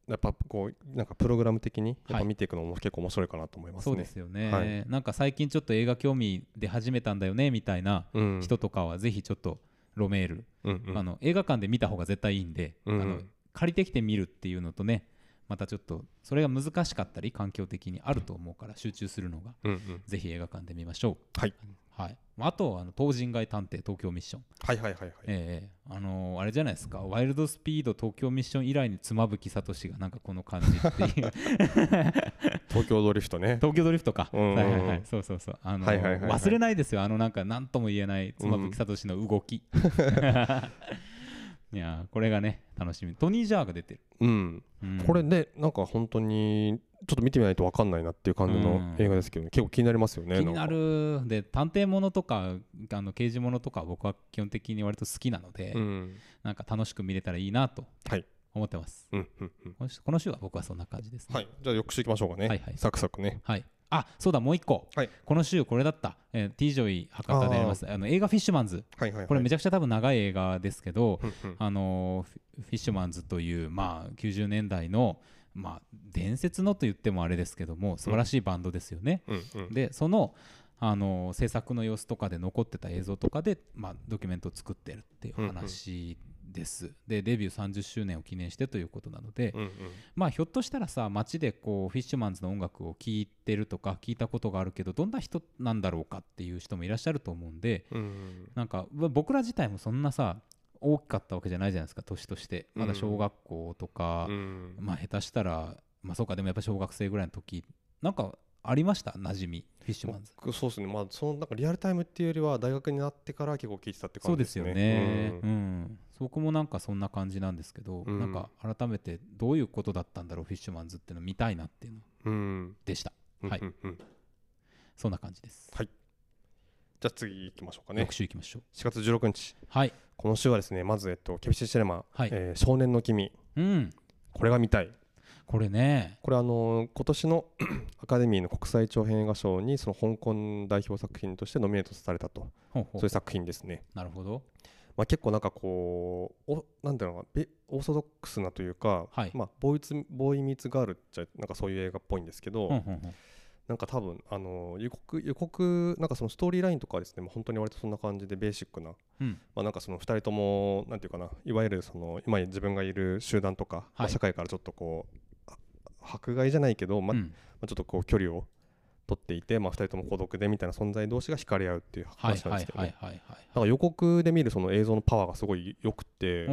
S2: やっぱこうなんかプログラム的にやっ
S1: は
S2: ぱ
S1: い
S2: 見ていくのも結構面白いかなと思います
S1: そうで
S2: ね。
S1: すよね、
S2: はい
S1: なんか最近ちょっと映画興味で始めたんだよねみたいな
S2: うん
S1: 人とかはぜひちょっとロメール
S2: うんうん
S1: あの映画館で見た方が絶対いいんで、
S2: うん
S1: あの借りてきて見るっていうのとねまたちょっとそれが難しかったり環境的にあると思うから集中するのが
S2: うんうん
S1: ぜひ映画館で見ましょう
S2: はい、
S1: はい、あとあの「東人街探偵東京ミッション」
S2: はいはいはいはい。
S1: ええあのーあれじゃないですかワイルドスピード東京ミッション以来に妻夫木聡がなんかこの感じっていう
S2: 東京ドリフトね。
S1: 東京ドリフトか、
S2: うんうんうん
S1: はいはいはいそうそうそうあのー、
S2: はいはいはいはい
S1: 忘れないですよあのなんか何とも言えない妻夫木聡の動き、 いやーこれがね楽しみトニー・ジャーが出てる、
S2: うん、
S1: うん
S2: これねなんか本当にちょっと見てみないと分かんないなっていう感じ
S1: うん
S2: の映画ですけど、結構気になりますよね。
S1: 気になん
S2: か。
S1: るで探偵ものとかあの刑事ものとか僕は基本的に割と好きなので、
S2: うん
S1: なんか楽しく見れたらいいなと
S2: はい
S1: 思ってます、
S2: うんうんうん
S1: この週この週は僕はそんな感じですね
S2: はい、じゃあ翌週行きましょうかね、
S1: はいはい
S2: サクサクね。
S1: はいあそうだもう一個、
S2: はい
S1: この週これだった、えー、T ・ジョイ博多でありますあの映画「フィッシュマンズ
S2: はいはいはい、」
S1: これめちゃくちゃ多分長い映画ですけど、
S2: うんうん
S1: あのーフィフィッシュマンズという、まあ、90年代の、まあ、伝説のと言ってもあれですけども素晴らしいバンドですよね、
S2: うんうん
S1: でその、あの制作の様子とかで残ってた映像とかで、まあ、ドキュメントを作ってるっていう話です、でデビュー30周年を記念してということなので、
S2: うんうん
S1: まあひょっとしたらさ街でこうフィッシュマンズの音楽を聴いてるとか聞いたことがあるけどどんな人なんだろうかっていう人もいらっしゃると思うんで
S2: うんうん
S1: なんかまあ僕ら自体もそんなさ大きかったわけじゃないじゃないですか年としてまだ
S2: うん
S1: 小学校とか、
S2: うん
S1: まあ下手したらまあそうかでもやっぱ小学生ぐらいの時なんかありました馴染みフィッシュマンズ
S2: 僕そうですね、まあ、そのなんかリアルタイムっていうよりは大学になってから結構聞いてたって
S1: そ
S2: 感
S1: う
S2: じ
S1: で
S2: ですすね。
S1: よねうん、僕もなんかそんな感じなんですけど、
S2: うん
S1: なんか改めてどういうことだったんだろうフィッシュマンズっていうの見たいなっていうの
S2: うんうん
S1: でした
S2: うん
S1: はい
S2: うんうん
S1: そんな感じです、
S2: じゃあ次行きましょうか
S1: 翌
S2: ね。
S1: 週行きましょう
S2: 4月16日、
S1: はい
S2: この週はですね、まず、えっと、ケビシシネマ、
S1: はい
S2: えー少年の君、
S1: うん、
S2: これが見たい。
S1: これね、
S2: これ、あのー今年の アカデミーの国際長編映画賞に、その香港代表作品としてノミネートされたと、
S1: ほうほ
S2: そうういう作品ですね。
S1: なるほど。
S2: まあ、結構なんかこうおなんていうのかなべオーソドックスなというか、
S1: はい
S2: まあ、ボーイズボーイミーツガールっちゃなんかそういう映画っぽいんですけど、
S1: ほんほんほん
S2: なんか多分あの予告予告なんかそのストーリーラインとかはですねもう本当に割とそんな感じでベーシックな、
S1: うん
S2: まあ、なんかその2人ともなんていうかないわゆるその今自分がいる集団とか、ま
S1: は
S2: あ、
S1: い
S2: 社会からちょっとこうあ迫害じゃないけど、まあ
S1: うん
S2: まあ、ちょっとこう距離を取っていて、まあ、2人とも孤独でみたいな存在同士が惹かれ合うっていう
S1: はい
S2: 話なん
S1: は
S2: です
S1: い
S2: けど、
S1: はい
S2: ね、
S1: はいは
S2: なんか予告で見るその映像のパワーがすごい良くて
S1: い。おお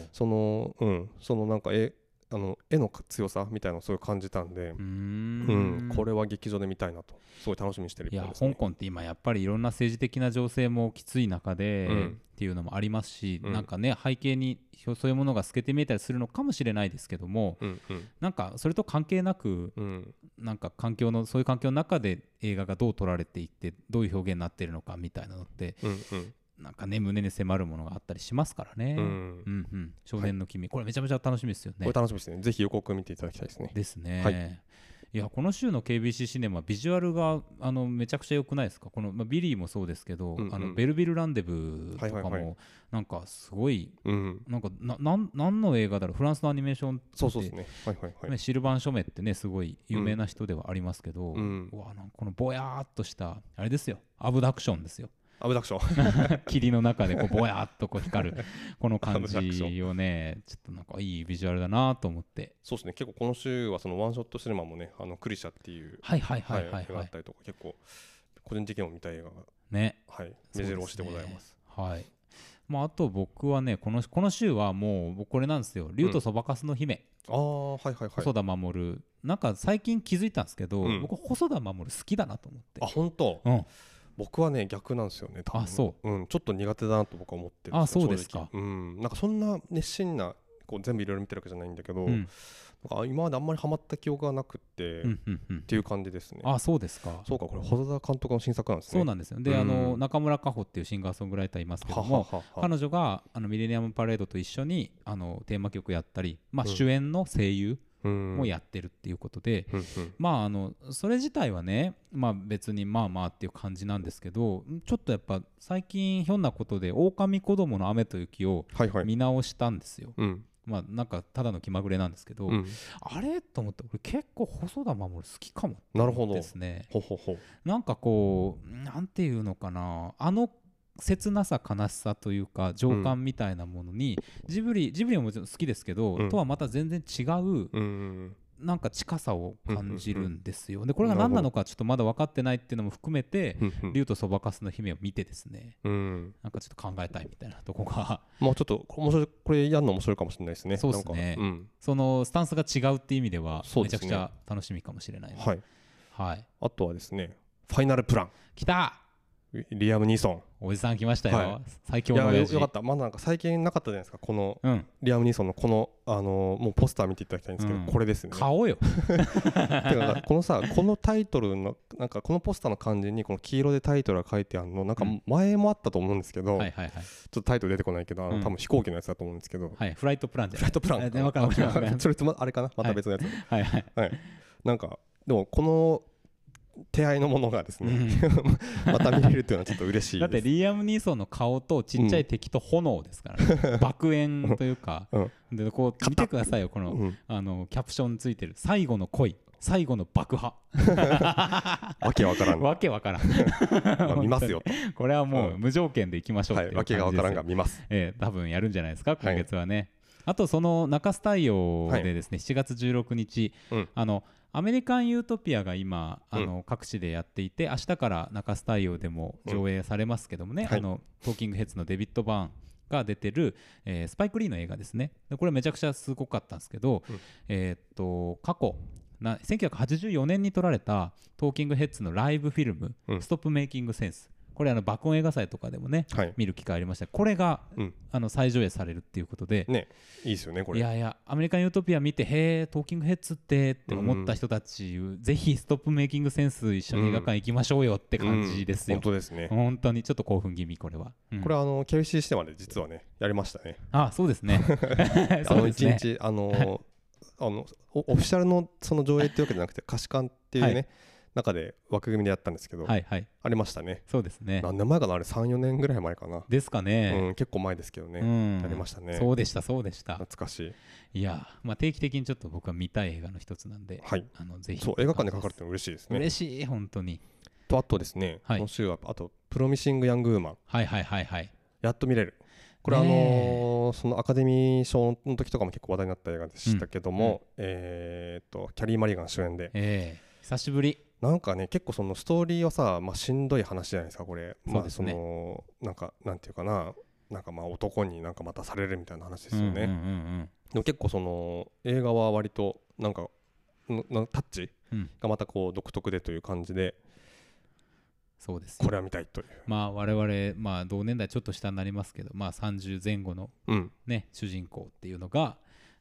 S1: ー、
S2: そのうんそのなんかえああの絵の強さみたいなのをすごい感じたんで、
S1: うー
S2: うん
S1: ん
S2: これは劇場で見たいなとすごい楽しみにしてる
S1: い
S2: 一
S1: や
S2: 本ですね
S1: 香港って今やっぱりいろんな政治的な情勢もきつい中で、
S2: うん
S1: っていうのもありますし、
S2: うん
S1: なんかね背景にそういうものが透けて見えたりするのかもしれないですけども
S2: うんうん
S1: なんかそれと関係なく
S2: うん
S1: なんか環境のそういう環境の中で映画がどう撮られていってどういう表現になってるのかみたいなのって
S2: うんうん
S1: なんかね胸に迫るものがあったりしますからね。
S2: うん
S1: うんうん少年の君、これめちゃめちゃ楽しみですよ
S2: こ
S1: ね
S2: れ。楽しみですねぜひ予告見ていただきたいですね
S1: ですね。、
S2: はい
S1: やこの週の KBC シネマビジュアルがあのめちゃくちゃ良くないですかこの、まあ、ビリーもそうですけど、
S2: うんうん
S1: あのベルビル・ランデブーとかも、
S2: はいはいはい
S1: なんかすごい
S2: うん
S1: なんかななんなんの映画だろうフランスのアニメーションって
S2: そうそうですねはいはいはい
S1: ねシルバン・ショメってねすごい有名な人ではありますけど、
S2: うん
S1: うわなんかこのぼやーっとしたあれですよアブダクションですよ
S2: アブダクション
S1: 霧の中でこうぼやーっとこう光るこの感
S2: アブダクシ
S1: じをねちょっとなんかいいビジュアルだなと思って
S2: そうですね結構この週はそのワンショットシネマもねあのクリシャっていう
S1: はいはい
S2: は
S1: はいいはい
S2: 映画
S1: は
S2: あ
S1: い
S2: っ、たりとか結構個人的にも見たい映画が
S1: ね
S2: はい目白押しでございます
S1: す。はい。まあ、あと僕はねこのこの週はもう僕これなんですよ「竜とそばかすの姫
S2: ああはいはい」はい
S1: 細田守、なんか最近気づいたんですけど、
S2: うん
S1: 僕細田守好きだなと思って
S2: あ本当
S1: うん、
S2: 僕はね逆なんですよね多分、
S1: あそう
S2: ん、ちょっと苦手だなと僕は思ってるん
S1: あ
S2: よ
S1: そうですか
S2: 正直うん、なんかそんな熱心なこう全部いろいろ見てるわけじゃないんだけど、
S1: うんう
S2: なん
S1: ん
S2: か今まであんまりハマった記憶がなくって、
S1: う
S2: っ
S1: んうん
S2: ていう感じですね
S1: あそうですか
S2: そうかこれ細田監督の新作なんですね
S1: そうなんですよで、
S2: うん
S1: あの中村佳穂っていうシンガーソングライターいますけども
S2: はははは
S1: 彼女があのミレニアムパレードと一緒にあのテーマ曲やったり、まあ、
S2: うん
S1: 主演の声優
S2: うん
S1: もやってるっていうことで、
S2: うんうん
S1: まああのそれ自体はね、まあ、別にまあまあっていう感じなんですけどちょっとやっぱ最近ひょんなことで「狼子供の雨と雪」を
S2: はいはい
S1: 見直したんですよ、
S2: うん
S1: まあなんかただの気まぐれなんですけど、
S2: うん
S1: あれと思って俺結構細田守好きかも
S2: なるほど
S1: ですね
S2: ほうほうほう
S1: なんかこうなんていうのかなあの切なさ悲しさというか情感みたいなものに、ジブリジブリももちろん好きですけど、
S2: うん
S1: とはまた全然違う
S2: うん
S1: なんか近さを感じるんですよ。でこ
S2: んう
S1: れ
S2: ん
S1: が何なのかちょっとまだ分かってないっていうのも含めて
S2: う
S1: 「
S2: ん
S1: 竜とそばかすの姫」を見てですね
S2: うんうん
S1: なんかちょっと考えたいみたいなとこが
S2: まあちょっとこれ面白いこれやるの面白いかもしれないですね
S1: そうっすね
S2: なんかうん
S1: そのスタンスが違うっていう意味では
S2: そう
S1: めちゃ
S2: です
S1: く
S2: ね
S1: ちゃ楽しみかもしれないな
S2: はい
S1: はい
S2: あとはですねファイナルプラン
S1: 来た
S2: リアム・ニーソン
S1: おじさん来ました
S2: は
S1: よ最強
S2: い
S1: の
S2: やよ
S1: 親父
S2: よかったまだなんか最近なかったじゃないですかこの
S1: うん
S2: リアム・ニーソンのこの、あのーもうポスター見ていただきたいんですけど、
S1: うん
S2: これですね。
S1: 買おうよ
S2: てかこのさこのタイトルのなんかこのポスターの感じにこの黄色でタイトルが書いてあるのなんか
S1: うん
S2: 前もあったと思うんですけど、
S1: はい
S2: ちょっ
S1: はいはい
S2: とタイトル出てこないけどあの、
S1: うん
S2: 多分飛行機のやつだと思うんですけど、
S1: はいフライトプランじゃな
S2: フラ
S1: い
S2: イトプラン
S1: えわかんない わかんない
S2: それとまあれかなまた別のやつ、
S1: はいはい
S2: なんかでもこの手合いのものがです
S1: う
S2: ね、
S1: ん
S2: また見れるっていうのはちょっと嬉しい
S1: だって
S2: です。
S1: リアム・ニーソンの顔とちっちゃい敵と炎ですからね爆炎というか
S2: うん
S1: でこう見てくださいよこの
S2: うん、
S1: あのキャプションついてる「最後の恋最後の爆破
S2: わけわか」らん、ま
S1: わけわからん
S2: あ、見ますよと、
S1: これはもう
S2: う
S1: 無条件でいきましょうっ
S2: は
S1: てい
S2: い、
S1: う感
S2: わ
S1: じ
S2: け
S1: です
S2: が
S1: よ
S2: わからんが見ます。
S1: ええ多分やるんじゃないですか
S2: はい
S1: 今月はね、あとその中洲太陽でですね、7月16日、
S2: うん
S1: あのアメリカン・ユートピアが今あの、各地でやっていて明日から中洲太陽でも上映されますけどもね、
S2: はい
S1: あのトーキングヘッズのデビッド・バーンが出てる、えースパイク・リーの映画ですねでこれめちゃくちゃすごかったんですけど、
S2: うん
S1: えーっと過去な1984年に撮られたトーキングヘッズのライブフィルム「
S2: うん
S1: ストップメイキングセンス」これあの爆音映画祭とかでもね
S2: はい、
S1: 見る機会ありましたこれが、
S2: うん
S1: あの再上映されるっていうことで、
S2: ね、いいですよね、これ。
S1: いやいやアメリカン・ユートピア見てへえトーキングヘッズってって思った人たち、ぜひストップメイキングセンス一緒に映画館行きましょうよって感じですよ、
S2: うん本当ですね、
S1: 本当にちょっと興奮気味これは、うん
S2: これはあの KBC シネマで実はねやりましたね
S1: あそうですね
S2: あ
S1: そう
S2: の
S1: です
S2: 一
S1: ね
S2: 日あのあのオオフィシャルのその上映っていうわけじゃな くて貸し館っていうね、
S1: はい
S2: 中で枠組みでやったんですけど、
S1: はいはい
S2: ありましたね
S1: そうですね
S2: 何年前かなあれ34年ぐらい前かな、
S1: ですかね、
S2: うん、結構前ですけどね、
S1: うん
S2: やりましたね
S1: そうでしたそうでした
S2: 懐かしい
S1: いや、まあ、定期的にちょっと僕は見たい映画の一つなんで、
S2: はい
S1: あのぜひ
S2: そう映画館でかかるっての嬉しいですね
S1: 嬉しい本当に
S2: とあとですね、
S1: はい
S2: 今週はあと「プロミシング・ヤング・ウーマン
S1: はいはいはいはい」
S2: やっと見れるこれあ
S1: ね
S2: のーそのアカデミー賞の時とかも結構話題になった映画でしたけども、
S1: うんうん
S2: えーっとキャリー・マリガン主演で
S1: ええ久しぶり
S2: なんかね結構そのストーリーはさ、まあ、しんどい話じゃないですかこれ、ま
S1: そう
S2: あ
S1: です
S2: そ
S1: ね
S2: のなんかなんていうかななんかまあ男になんかまたされるみたいな話で
S1: う
S2: すよ
S1: ん
S2: ね、
S1: うんうん
S2: でも結構その映画は割となんかののタッチ
S1: うん
S2: がまたこう独特でという感じで
S1: そうです
S2: これは見たいという、
S1: まあ我々、まあ、同年代ちょっと下になりますけど、まあ、30前後の、
S2: うん、
S1: ね、主人公っていうのが、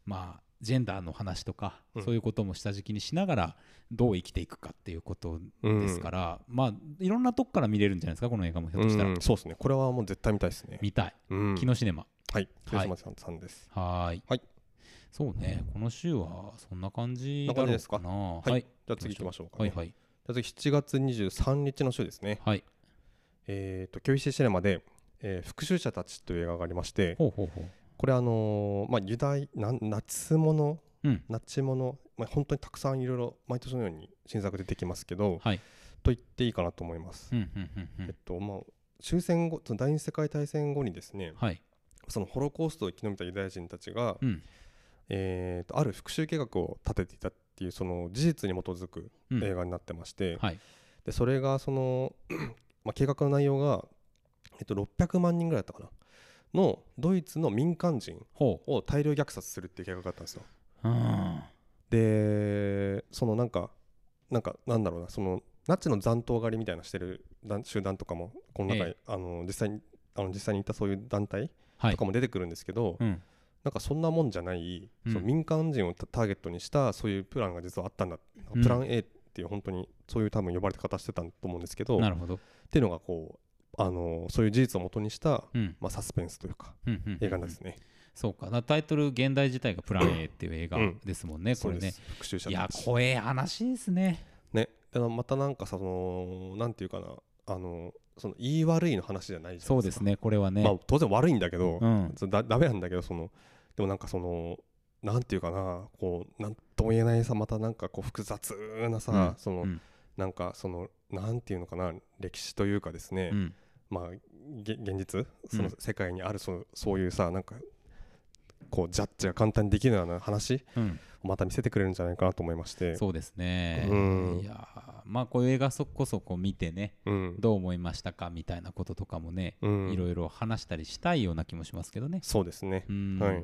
S1: まあ、ジェンダーの話とか、
S2: うん
S1: そういうことも下敷きにしながらどう生きていくかっていうことですから、まあいろんなとこから見れるんじゃないですかこの映画もひょっとしたら、
S2: うんそうですねこれはもう絶対見たいですね、
S1: 見たい、
S2: うん、
S1: 木のシネマ
S2: はい広島さんです、
S1: はーい
S2: はい
S1: そうねこの週はそんな感じだ
S2: こ
S1: ろ
S2: んな感じで
S1: う
S2: すか
S1: かなは
S2: はい
S1: い
S2: じゃあ次行きましょうか、
S1: は
S2: ね
S1: いはい
S2: じゃあ次7月23日の週ですね
S1: はい
S2: えっ、と京石シネマで、えー復讐者たち」という映画がありまして
S1: ほうほうほう
S2: これあのーまあユダヤなんナチスもの
S1: うん
S2: ナチもの、まあ、本当にたくさんいろいろ毎年のように新作出てきますけど、
S1: はい
S2: と言っていいかなと思います、
S1: うんうんうんう
S2: えっ
S1: ん
S2: とまあ終戦後その第二次世界大戦後にですね
S1: はい
S2: そのホロコーストを生き延びたユダヤ人たちが、
S1: うん
S2: えーとある復讐計画を立てていたっていうその事実に基づく
S1: うん
S2: 映画になってまして、
S1: はい
S2: でそれがその、 まあ、計画の内容が、えっと、600万人ぐらいだったかなのドイツの民間人
S1: ほ
S2: を大量虐殺するっていう計画があったんですよ。
S1: ううん
S2: でそのなんかなんかなんだろうなそのナチの残党狩りみたいなしてる団集団とかもこの中に、
S1: え
S2: あの実際にあの実際にいたそういう団体
S1: はい
S2: とかも出てくるんですけど、
S1: うん
S2: なんかそんなもんじゃない、
S1: うん
S2: その民間人をタターゲットにしたそういうプランが実はあったんだ、
S1: うん
S2: プラン A っていう本当にそういう多分呼ばれた方してたと思うんですけど
S1: な
S2: っ
S1: るほど
S2: ていうのがこうあのそういう事実をもとにした、
S1: うん
S2: まあ、サスペンスというか
S1: うんうん
S2: 映画なんですね。
S1: そうかなタイトル現代自体が「プラン A」っていう映画
S2: うん
S1: ですもんね、こ
S2: そう
S1: れ
S2: で
S1: ね
S2: す復讐者
S1: いや
S2: たち
S1: 怖え話ですね
S2: ね、あのまたなんかさそのなんていうかなあのその言い悪いの話じゃないじゃ
S1: そ
S2: な
S1: う
S2: い
S1: で
S2: です
S1: す
S2: か。
S1: ねこれはね、
S2: まあ当然悪いんだけど、
S1: うん
S2: そうだダメなんだけどそのでもなんかそのなんていうかなこうなんとも言えないさまたなんかこう複雑なさ、
S1: うん
S2: その、
S1: うん
S2: なんかそのなんていうのかな歴史というかですね、
S1: うん
S2: まあげ現実そうの
S1: ん
S2: 世界にあるそのそういうさなんかこうジャッジが簡単にできるような話
S1: うん、
S2: をまた見せてくれるんじゃないかなと思いまして。
S1: そうですね、
S2: うん
S1: いやーまあこういう映画そこそこ見てね
S2: うん
S1: どう思いましたかみたいなこととかもね、
S2: うん
S1: いろいろ話したりしたいような気もしますけどね
S2: そうですね、
S1: うん、
S2: はい、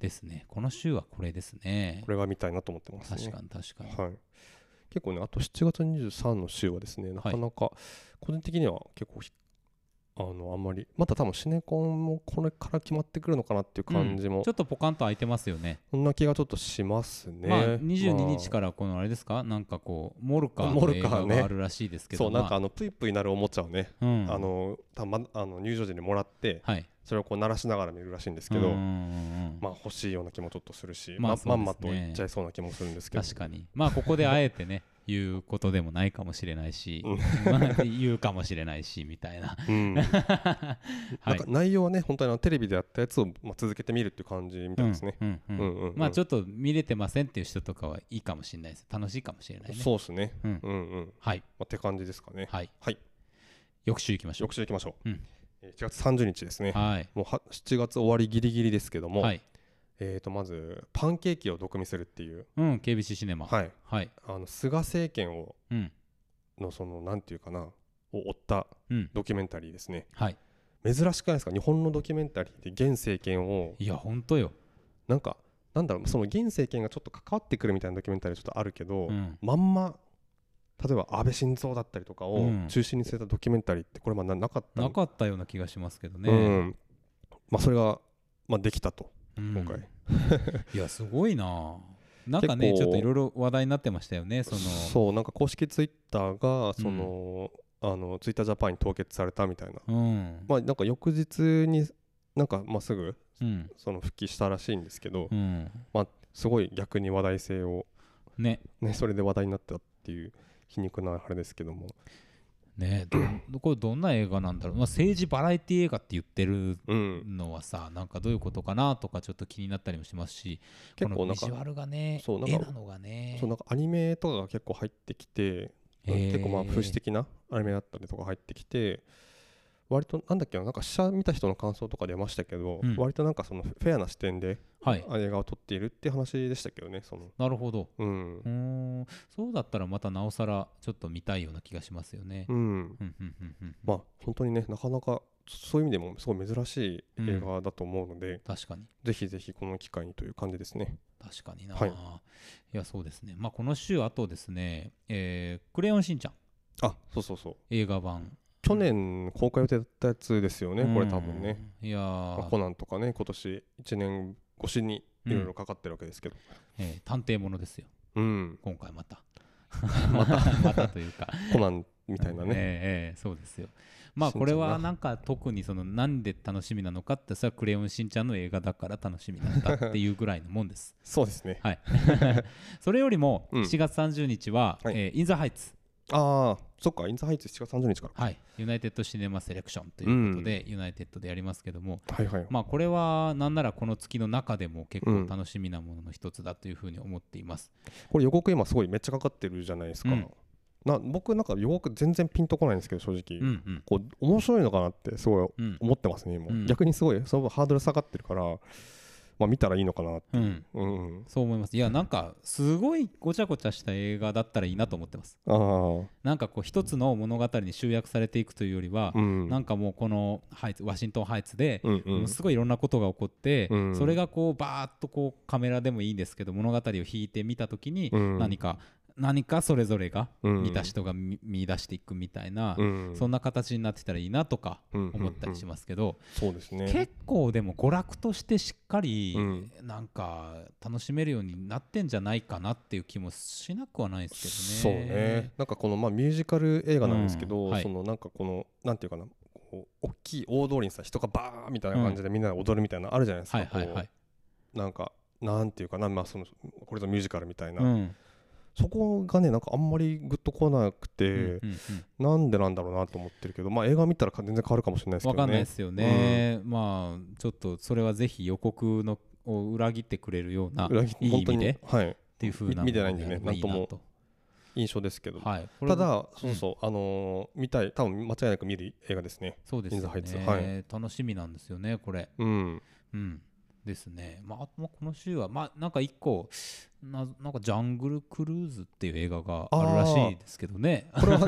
S1: ですねこの週はこれですね
S2: これが見たいなと思ってます、ね。
S1: 確かに確かに、
S2: はい。結構ね、あと7月23の週はですね、なかなか、個人的には結構ひ、あの、あんまり、また多分シネコンもこれから決まってくるのかなっていう感じも、
S1: ちょっとポカンと空いてますよね
S2: そんな気がちょっとしますね。
S1: まあ22日
S2: か
S1: からこのあれですかなんかこうモルカー
S2: モ
S1: の
S2: ル
S1: 映
S2: カー
S1: 画
S2: ね
S1: があるらしいですけ
S2: そ
S1: ど
S2: う、なんか
S1: まあ
S2: あの、ぷいぷいなるおもちゃをね、
S1: うん
S2: あの、たまあの入場時にもらって、
S1: はい
S2: それをこう鳴らしながら見るらしいんですけど、
S1: うんうんうん
S2: まあ欲しいような気もちょっとするし、
S1: まあ
S2: ま
S1: そうですね
S2: まんまと言っちゃいそうな気もするんですけど、
S1: 確かにまあここであえてね 言うことでもないかもしれないし、まあ言うかもしれないしみた いな
S2: うん、なん
S1: はい
S2: か内容はね、本当にあのテレビでやったやつを、まあ、続けてみるっていう感じみたいですね。
S1: うんうんうん
S2: うんうんうん
S1: まあちょっと見れてませんっていう人とかはいいかもしれないです楽しいかもしれないね
S2: そうですね。
S1: う
S2: うんんうん。
S1: はい
S2: まあ、って感じですかね。
S1: はい
S2: はい。
S1: 翌週行きましょ
S2: 翌週行きましょう。
S1: うん
S2: えー7月30日ですね
S1: う。はい
S2: もうは7月終わりギリギリですけども、
S1: はい
S2: えーとまずパンケーキを毒味するっていう、
S1: うん KBC シネマ
S2: はい、
S1: はい
S2: あの菅政権を
S1: うん
S2: のそのなんていうかなを追った
S1: うん
S2: ドキュメンタリーですね。
S1: はい
S2: 珍しくないですか？日本のドキュメンタリーで現政権を
S1: いや本当よ
S2: なんかなんだろうその現政権がちょっと関わってくるみたいなドキュメンタリーちょっとあるけど、
S1: うん
S2: まんま例えば安倍晋三だったりとか
S1: う
S2: を
S1: ん
S2: 中心に据えたドキュメンタリーってこれまあななかった
S1: な
S2: の
S1: かったような気がしますけどね、
S2: うんまあ、それが、まあ、できたと
S1: うん
S2: 今回、
S1: いやすごい ななんかね
S2: 結
S1: ち
S2: 構
S1: ょっといろいろ話題になってましたよねその
S2: そうなんか公式ツイッターがその、あのツイッタージャパンに凍結されたみたいな、
S1: うん、
S2: まあ、なんか翌日になんか、まあ、すぐ
S1: うん
S2: その復帰したらしいんですけど、
S1: うん
S2: まあ、すごい逆に話題性を、
S1: ね
S2: ね、それで話題になったっていう皮肉なあれですけども
S1: ねえどこれどんな映画なんだろう、まあ、政治バラエティ映画って言ってる
S2: うん
S1: のはさなんかどういうことかなとかちょっと気になったりもしますし
S2: 結
S1: こ
S2: 構
S1: の
S2: な
S1: ビ
S2: んか
S1: ジュアルがね
S2: そうなん
S1: 絵
S2: か
S1: なのがね
S2: そうなんかアニメとかが結構入ってきて結構まあ
S1: へえ
S2: 風刺的なアニメだったりとか入ってきて割となんだっけななんか試写見た人の感想とか出ましたけど、
S1: うん
S2: 割となんかそのフェアな視点で
S1: はい
S2: 映画を撮っているっていう話でしたけどねその
S1: なるほど
S2: うん
S1: うーんそうだったらまたなおさらちょっと見たいような気がしますよね
S2: うん
S1: うんうんうんうん
S2: まあ本当にねなかなかそういう意味でもすごい珍しい映画だと思うので、
S1: 確かに
S2: ぜひぜひこの機会にという感じですね。
S1: 確かにな、
S2: はい
S1: い、やそうですねまあこの週あとですね、えークレヨンしんちゃん」
S2: あそうそうそう
S1: 映画版
S2: 去年公開予定だったやつですよね、これ多分ね、
S1: うんいやー
S2: まあ、コナンとかね今年1年越しにいろいろかかってるわけですけど、
S1: えー探偵ものですよ
S2: うん
S1: 今回ま たまたまたというか
S2: コナンみたいな
S1: え
S2: ね、
S1: えええそうですよまあ
S2: しんちゃんな
S1: これはなんか特にそのなんで楽しみなのかってそれはクレヨンしんちゃんの映画だから楽しみなんだっていうぐらいのもんです
S2: そうですね
S1: はいそれよりも
S2: うん
S1: 7月30日は、
S2: はい
S1: えーインザハイツ
S2: ああそっかインザハイツ7月30日か
S1: はいユナイテッドシネマセレクションということで、ユナイテッドでやりますけども
S2: らはいはい、
S1: まあこれはなんならこの月の中でも結構楽しみなものの一つだというふうに思っています、
S2: これ予告今すごいめっちゃかかってるじゃないですか、
S1: うん
S2: な僕なんか予告全然ピンとこないんですけど正直、
S1: うん、うん
S2: こう面白いのかなってすごい
S1: うん
S2: 思ってますね今、
S1: うん
S2: 逆にすごいその分ハードル下がってるからまあ見たらいいのかな
S1: うんうん
S2: うんうん
S1: そう思いますいやなんかすごいごちゃごちゃした映画だったらいいなと思ってます
S2: ああ
S1: なんかこう一つの物語に集約されていくというよりは、
S2: うん
S1: なんかもうこのハイツワシントンハイツで、
S2: うんう
S1: も
S2: ん
S1: うすごいいろんなことが起こって、
S2: うん
S1: それがこうバーッとこうカメラでもいいんですけど物語を引いてみた時に
S2: うん
S1: 何か、何かそれぞれが
S2: うん
S1: 見た人が見見出していくみたいな、
S2: うん
S1: そんな形になってたらいいなとか
S2: うんうんうん
S1: 思ったりしますけど、
S2: そうですね
S1: 結構でも娯楽としてしっかり
S2: うん
S1: なんか楽しめるようになってんじゃないかなっていう気もしなくはないですけ
S2: そう
S1: どね。
S2: ねなんかこのまあミュージカル映画なんですけど、
S1: うんはい
S2: そのなんかこのなんていうかなこう大きい大通りにさ人がバーみたいな感じでみんなで踊るみたいなのあるじゃないですか、
S1: はいはいはい。
S2: こうなんかなんていうかな、まあ、そのこれぞミュージカルみたいな、
S1: うん
S2: そこがねなんかあんまりグッとこなく
S1: うん
S2: て、
S1: うん
S2: なんでなんだろうなと思ってるけどまあ映画見たら全然変わるかもしれないです
S1: わ
S2: け
S1: か
S2: ど
S1: んないで
S2: ね
S1: すよね。まあちょっとそれはぜひ予告のを裏切ってくれるような
S2: 裏切
S1: いい意味でっ
S2: はい
S1: ていう風な
S2: み見てないんでね
S1: ものであれば
S2: なんと
S1: と
S2: 印象ですけど、
S1: はい。これ
S2: ただそうそう、あのー見たい多分間違いなく見る映画ですね
S1: そうですよ
S2: インザハイ
S1: ね、
S2: ツはい
S1: 楽しみなんですよねこれ。
S2: うん
S1: うん。ですね。まああとまあこの週はまあなんか一個ななんかジャングルクルーズっていう映画があるらしいですけどね。
S2: これは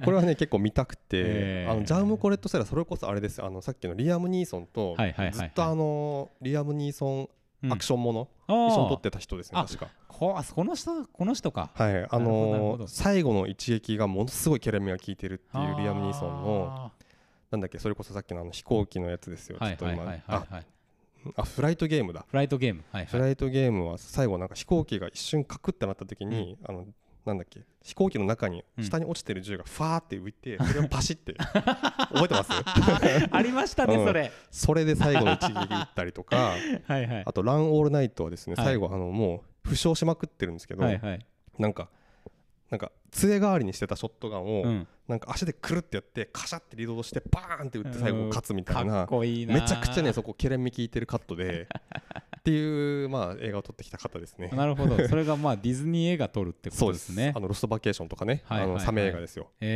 S2: これはね結構見たくて、
S1: えー
S2: あのジャームコレット・セラーそれこそあれですあのさっきのリアム・ニーソンと、
S1: はいはいはいはい
S2: ずっとあのーリアム・ニーソ
S1: う
S2: ン
S1: ん
S2: アクションもの、
S1: ああ
S2: 一緒に撮ってた人ですね
S1: あ
S2: 確か
S1: こあこの人この人か。
S2: はいあ
S1: なるほどなるほ
S2: のー
S1: ど
S2: 最後の一撃がものすごいケレミが効いてるっていうリアム・ニーソンの
S1: あ
S2: なんだっけそれこそさっきのあの飛行機のやつですよ
S1: ー。はい
S2: ちょ
S1: は
S2: っ
S1: い
S2: と
S1: はいは
S2: 今
S1: い
S2: あ
S1: はい。
S2: あフライトゲームだ
S1: フライトゲーム。はいは
S2: フ
S1: い。
S2: ライトゲームは最後なんか飛行機が一瞬カクってなった時に、あのなんだっけ飛行機の中に
S1: うん
S2: 下に落ちてる銃がファーって浮いて、それをパシっ て覚えてます
S1: ありましたね、
S2: うん
S1: それ。
S2: それで最後の一撃撃ったりとか
S1: はいはい
S2: あ。と「ラン・オール・ナイト」はですね
S1: はい
S2: 最後あのもう負傷しまくってるんですけど、
S1: はいはい。
S2: なんかなんか杖代わりにしてたショットガンを、
S1: うん
S2: なんか足でくるってやってカシャってリロードしてバーンって打って最後勝つみたい
S1: か
S2: な
S1: っこいいな。
S2: めちゃくちゃねそこケレンミ効いてるカットでっていうまあ映画を撮ってきた 方ですね。
S1: なるほど。それがまあディズニー映画撮るってこ
S2: そう
S1: と
S2: で
S1: ですす
S2: ね
S1: ね。。
S2: あのロストバケーションとかね、
S1: はいはいはい
S2: あのサメ映画ですよ。
S1: え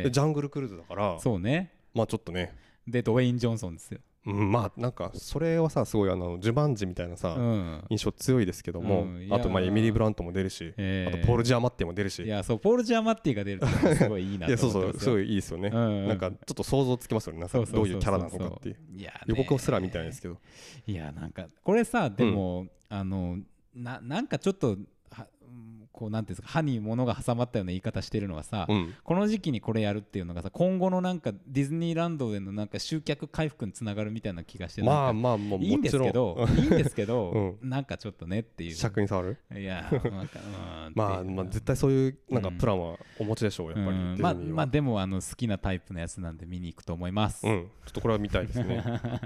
S1: えええ
S2: でジャングルクルーズだから、
S1: そうね。
S2: まあちょっとね、
S1: で、ドウェイン・ジョンソンですよ。
S2: うん、まあなんかそれはさすごいあのジュバンジみたいなさ、
S1: うん。
S2: 印象強いですけども、
S1: うんいやー
S2: あとまあエミリー・ブラントも出るし、
S1: ええ
S2: あとポール・ジャーマッティも出るし、
S1: い
S2: いや
S1: や、そう、ポール・ジャーマッティが出るってのはすごいいいなと
S2: そう
S1: 思
S2: そ
S1: って
S2: う
S1: ます
S2: す
S1: よ。
S2: ごいいいですよね。
S1: うんうん
S2: なんかちょっと想像つきますよね。なんか
S1: そうそうそう
S2: どういうキャラなのかっていう。
S1: いやね
S2: 予告をすら見たいんですけど、
S1: いや、なんか、これさ、でも、あの、ななんかちょっと、はうんこう、なんていうんですか、歯に物が挟まったような言い方してるのはさ、
S2: うん、
S1: この時期にこれやるっていうのがさ今後のなんかディズニーランドでのなんか集客回復につながるみたいな気がして
S2: ま
S1: な
S2: あ
S1: んか
S2: まあもう
S1: いいん
S2: も
S1: で
S2: ち
S1: す
S2: ろん
S1: けどいいんですけど、
S2: う
S1: なんかちょっとねっていう
S2: 尺に触る。
S1: いやなんかうん
S2: まあ
S1: っていう
S2: まあ絶対そういうなんか
S1: うん
S2: プランはお持ちでしょうやっぱり。
S1: うん
S2: デ
S1: ま
S2: ィ
S1: あ
S2: ズニーは
S1: まあでもあの好きなタイプのやつなんで見に行くと思います、
S2: うん、ちょっとこれは見たいですね。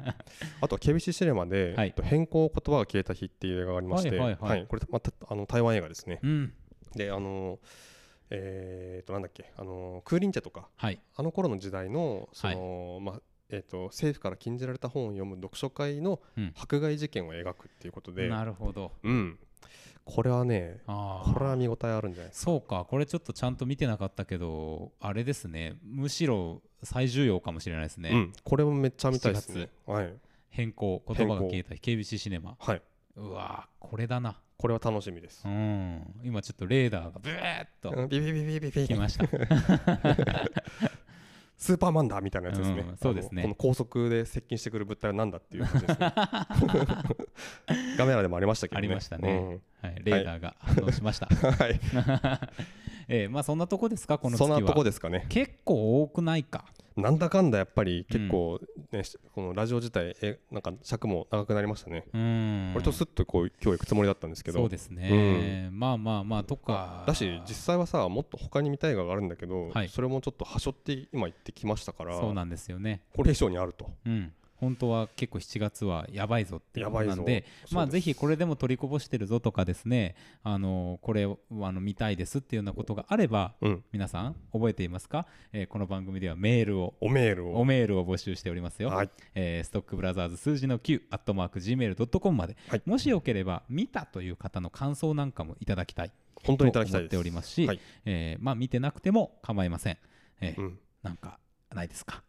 S2: あとは KBC シネマで、
S1: はい
S2: えっと変更言葉が消えた日っていう映画がありまして、
S1: はいはいはい
S2: これまたあの台湾映画ですね。
S1: うん
S2: で、あのえっとなんだっけ、あのクーリンチェとか
S1: はい
S2: あの頃の時代のその、まあえっと政府から禁じられた本を読む読書会の
S1: うん
S2: 迫害事件を描くっていうことで、
S1: なるほど
S2: うん、これはね、
S1: あー
S2: これは見応えあるんじゃないですか。
S1: そうかこれちょっとちゃんと見てなかったけどあれですねむしろ最重要かもしれないですね、
S2: うん、これもめっちゃ見たいですね。はい、
S1: 変更言葉が消えた KBC シネマ
S2: はい、
S1: うわーこれだな
S2: これは楽しみです
S1: う。ん、今ちょっとレーダーがブーッと
S2: うんビビビビビビ
S1: 来ました。
S2: スーパーマンだみたいなやつですね、
S1: うんそうですね
S2: あのこの高速で接近してくる物体は何だっていう 感じですねガメラでもありましたけどね
S1: ありましたね、はい、レーダーが反応しました。
S2: うんはい
S1: えーまあそんなとこですか、この月
S2: そん
S1: は。
S2: なとこですかね
S1: 結構多くないか。
S2: なんだかんだやっぱり結構、ねしこのラジオ自体えなんか尺も長くなりましたね、
S1: うん。
S2: 割とスッとこう今日行くつもりだったんですけど
S1: そうですね、まあまあまあ、とか。
S2: だし実際はさもっと他に見たい映画があるんだけど、
S1: はい
S2: それもちょっと端折って今行ってきましたから
S1: そうなんですよね。
S2: これ以上にあると
S1: うん。本当は結構7月はやばいぞっていうことなんで
S2: やばいぞそうです
S1: まあ、ぜひこれでも取りこぼしてるぞとかですねあのこれをあの見たいですっていうようなことがあれば
S2: うん
S1: 皆さん覚えていますか、えーこの番組ではメールを
S2: おメール
S1: お
S2: を
S1: メールを募集しておりますよ、
S2: はい
S1: えーストックブラザーズ数字の9アットマーク Gmail.com まで、
S2: はい
S1: もしよければ見たという方の感想なんかもいただきたい
S2: 本
S1: と
S2: 当
S1: 思
S2: にいただきたい
S1: っ
S2: で
S1: て
S2: す
S1: おりますし、
S2: はい
S1: えーまあ、見てなくても構いません、えー
S2: うん、
S1: なんかないですか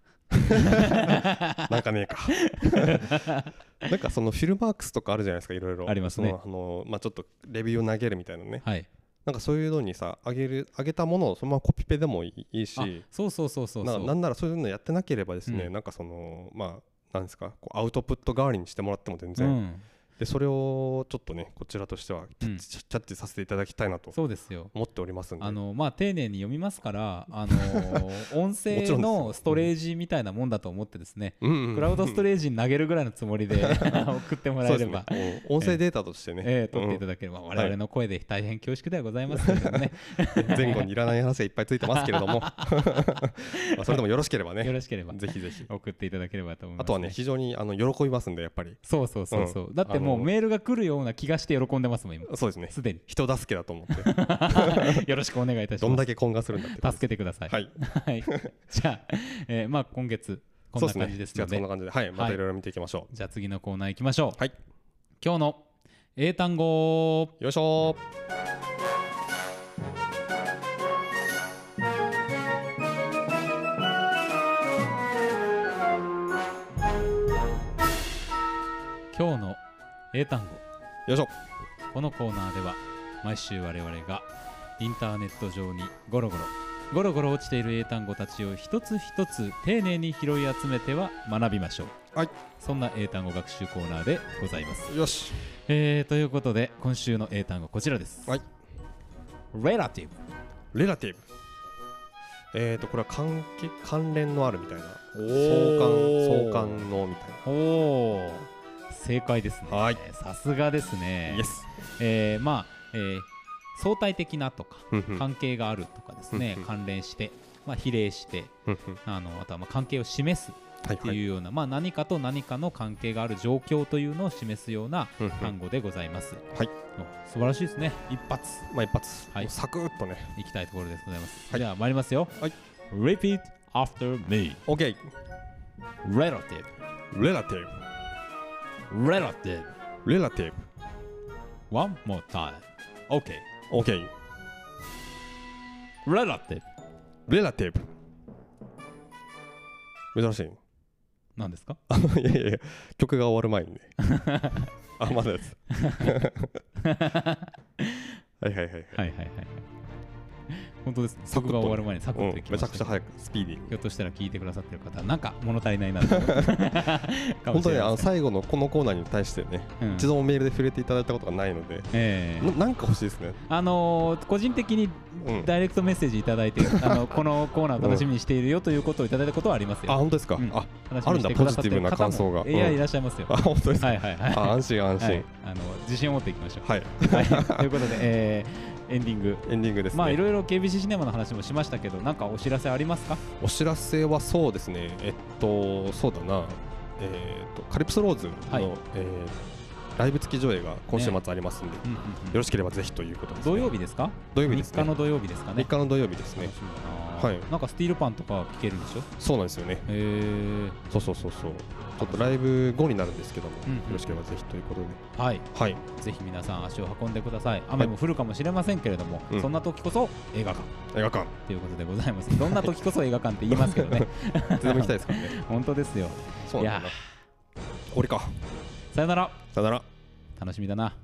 S2: なんかねえか なんかそのフィルマークスとかあるじゃないですかいろいろ
S1: ありますね
S2: そのあの、まあ、ちょっとレビューを投げるみたいなね
S1: はい
S2: なんかそういうのにさあげるあげたものをそのままコピペでもいいいいし
S1: あそうそうそうそうそ
S2: な
S1: う
S2: なんならそういうのやってなければですね、
S1: うん
S2: なんかそのまあなんですかこうアウトプット代わりにしてもらっても全
S1: う
S2: 然、
S1: ん、
S2: でそれをちょっとねこちらとしてはキャ
S1: うん
S2: ッチ,、キャッチさせていただきたいなと
S1: そうですよ
S2: 思っておりますんで
S1: あのまあ丁寧に読みますからあの 音
S2: もちろ
S1: 声
S2: んです
S1: の
S2: よ
S1: ストレージみたいなもんだと思ってですね
S2: うんうん
S1: クラウドストレージに投げるぐらいのつもり で送ってもら
S2: そう
S1: え
S2: で
S1: れ
S2: すね
S1: ば
S2: もう音声データとしてね、
S1: えー、撮っていた
S2: うん
S1: だければ、我々の声で大変恐縮ではございますけれども ね、
S2: 前後にいらない話がいっぱいついてますけれ どもまあそれでもよろしければ
S1: よ
S2: ね
S1: ろしければ
S2: ぜひぜひ
S1: 送っていただければと思います、
S2: あとはね非常にあの喜びますんでやっぱり
S1: そうそうそうそう、だっても
S2: あ
S1: う
S2: の
S1: メールが来るような気がして喜んでますもん今
S2: そうですね
S1: すでに
S2: 人助けだと思って
S1: よろしくお願いいたし
S2: どん
S1: ま
S2: だけ懇願するんだって
S1: す助けてください
S2: はい
S1: はい、じゃあ、えーまあ今月こんな感じですの
S2: そ
S1: で
S2: うねじゃあそんな感じで、はい、またいろいろ見ていきましょ
S1: じゃあ次のコーナー行きましょう
S2: う。はい、
S1: 今日の英単語
S2: よいしょ
S1: 今日の英単語
S2: よいしょ。
S1: このコーナーでは毎週我々がインターネット上にゴロゴロゴロゴロ落ちている英単語たちを一つ一つ丁寧に拾い集めては学びましょう、
S2: はい、
S1: そんな英単語学習コーナーでございます、
S2: よし。
S1: えー、ということで今週の英単語こちらです、
S2: はい、
S1: Relative
S2: レラティブ。えーと、これは関係関連のあるみたいな。
S1: お
S2: 相関相関のみたい
S1: おお正解ですね
S2: はい
S1: さすがですね
S2: な。イエス。
S1: えーまあ、えー相対的なとか
S2: うんうん
S1: 関係があるとかですね、
S2: うんうん
S1: 関連して、まあ、比例して
S2: うんうん
S1: あのあとはまあ関係を示す
S2: はい
S1: って
S2: はいい。
S1: うような、まあ、何かと何かの関係がある状況というのを示すような
S2: うんうん
S1: 単語でございます、
S2: はい
S1: お素晴らしいですね一発
S2: まあ一発、
S1: はい
S2: もうサクッとね。
S1: いきたいところでございます、
S2: はい
S1: では参りますよ、
S2: はい
S1: Repeat after me
S2: OK。
S1: Relative
S2: レラティ
S1: Relative
S2: ブ。レラティ
S1: One more time OK
S2: ブ。OK。
S1: Relative
S2: レラティブ。珍しい。
S1: 何ですか
S2: いやいやいや、曲が終わる前 にね。あ、まだです。はいはいはいはい。
S1: はいはいはいはい。本当ですね。
S2: サ
S1: 作
S2: クッと
S1: が終わる前にサク
S2: う
S1: ッ
S2: ん
S1: といきま
S2: め
S1: した
S2: ち
S1: ね
S2: ゃくちゃ早く、スピーディーに。
S1: ひょっとしたら聞いてくださってる方、なんか物足りないなと。本
S2: 本当にあの最後のこのコーナーに対してね、一度もメールで触れていただいたことがないので、
S1: ええ
S2: ななんか欲しいですね。
S1: あのー個人的に
S2: うん、
S1: ダイレクトメッセージいただ いて、あのこのコーナー楽しみにしているよということをいただいたことはあります
S2: あ、
S1: よ。
S2: 本当ですか。
S1: うん
S2: あ、
S1: 楽しみにしてくださってる方も
S2: あるんだポジティブな感想がうん
S1: いやいらっしゃいますよ。
S2: あ本当ですか。
S1: はいはいはい。
S2: あ安心安
S1: はい
S2: 心。
S1: あの自信を持っていきましょう。
S2: はい、
S1: はいということで、えーエンディング。
S2: エンディングですね。
S1: まあいろいろ KBC シネマの話もしましたけど、なんかお知らせありますか？
S2: お知らせはそうですね。えっとそうだな。えっとカリプソローズの、
S1: はい
S2: えーライブ付き上映が今週末ありますんで、よ
S1: うんうんうん
S2: ろしければぜひということです、ね。
S1: 土曜日ですか
S2: 土曜日です
S1: 3
S2: ね
S1: 日。の土曜日ですかね
S2: 3日の土曜日ですね
S1: 楽。しみだな、
S2: はい
S1: なんかスティールパンとか聞けるんでしょ
S2: そうなんですよね。
S1: へえ
S2: そうそうそうそう。ちょっとライブ後になるんですけども、
S1: うんうん
S2: よろしければぜひということで。
S1: はい
S2: はい。
S1: ぜひ皆さん足を運んでください雨も降るかもしれませんけれども、
S2: うん
S1: そんな時こそ映画館
S2: 映画館。
S1: ということでございますどんな時こそ映画館って言いますけど ね
S2: いつでも行きたいです からね。
S1: 本当ですよ
S2: そうなんだ
S1: いや
S2: な。俺か。
S1: さよなら
S2: さよなら。
S1: 楽しみだな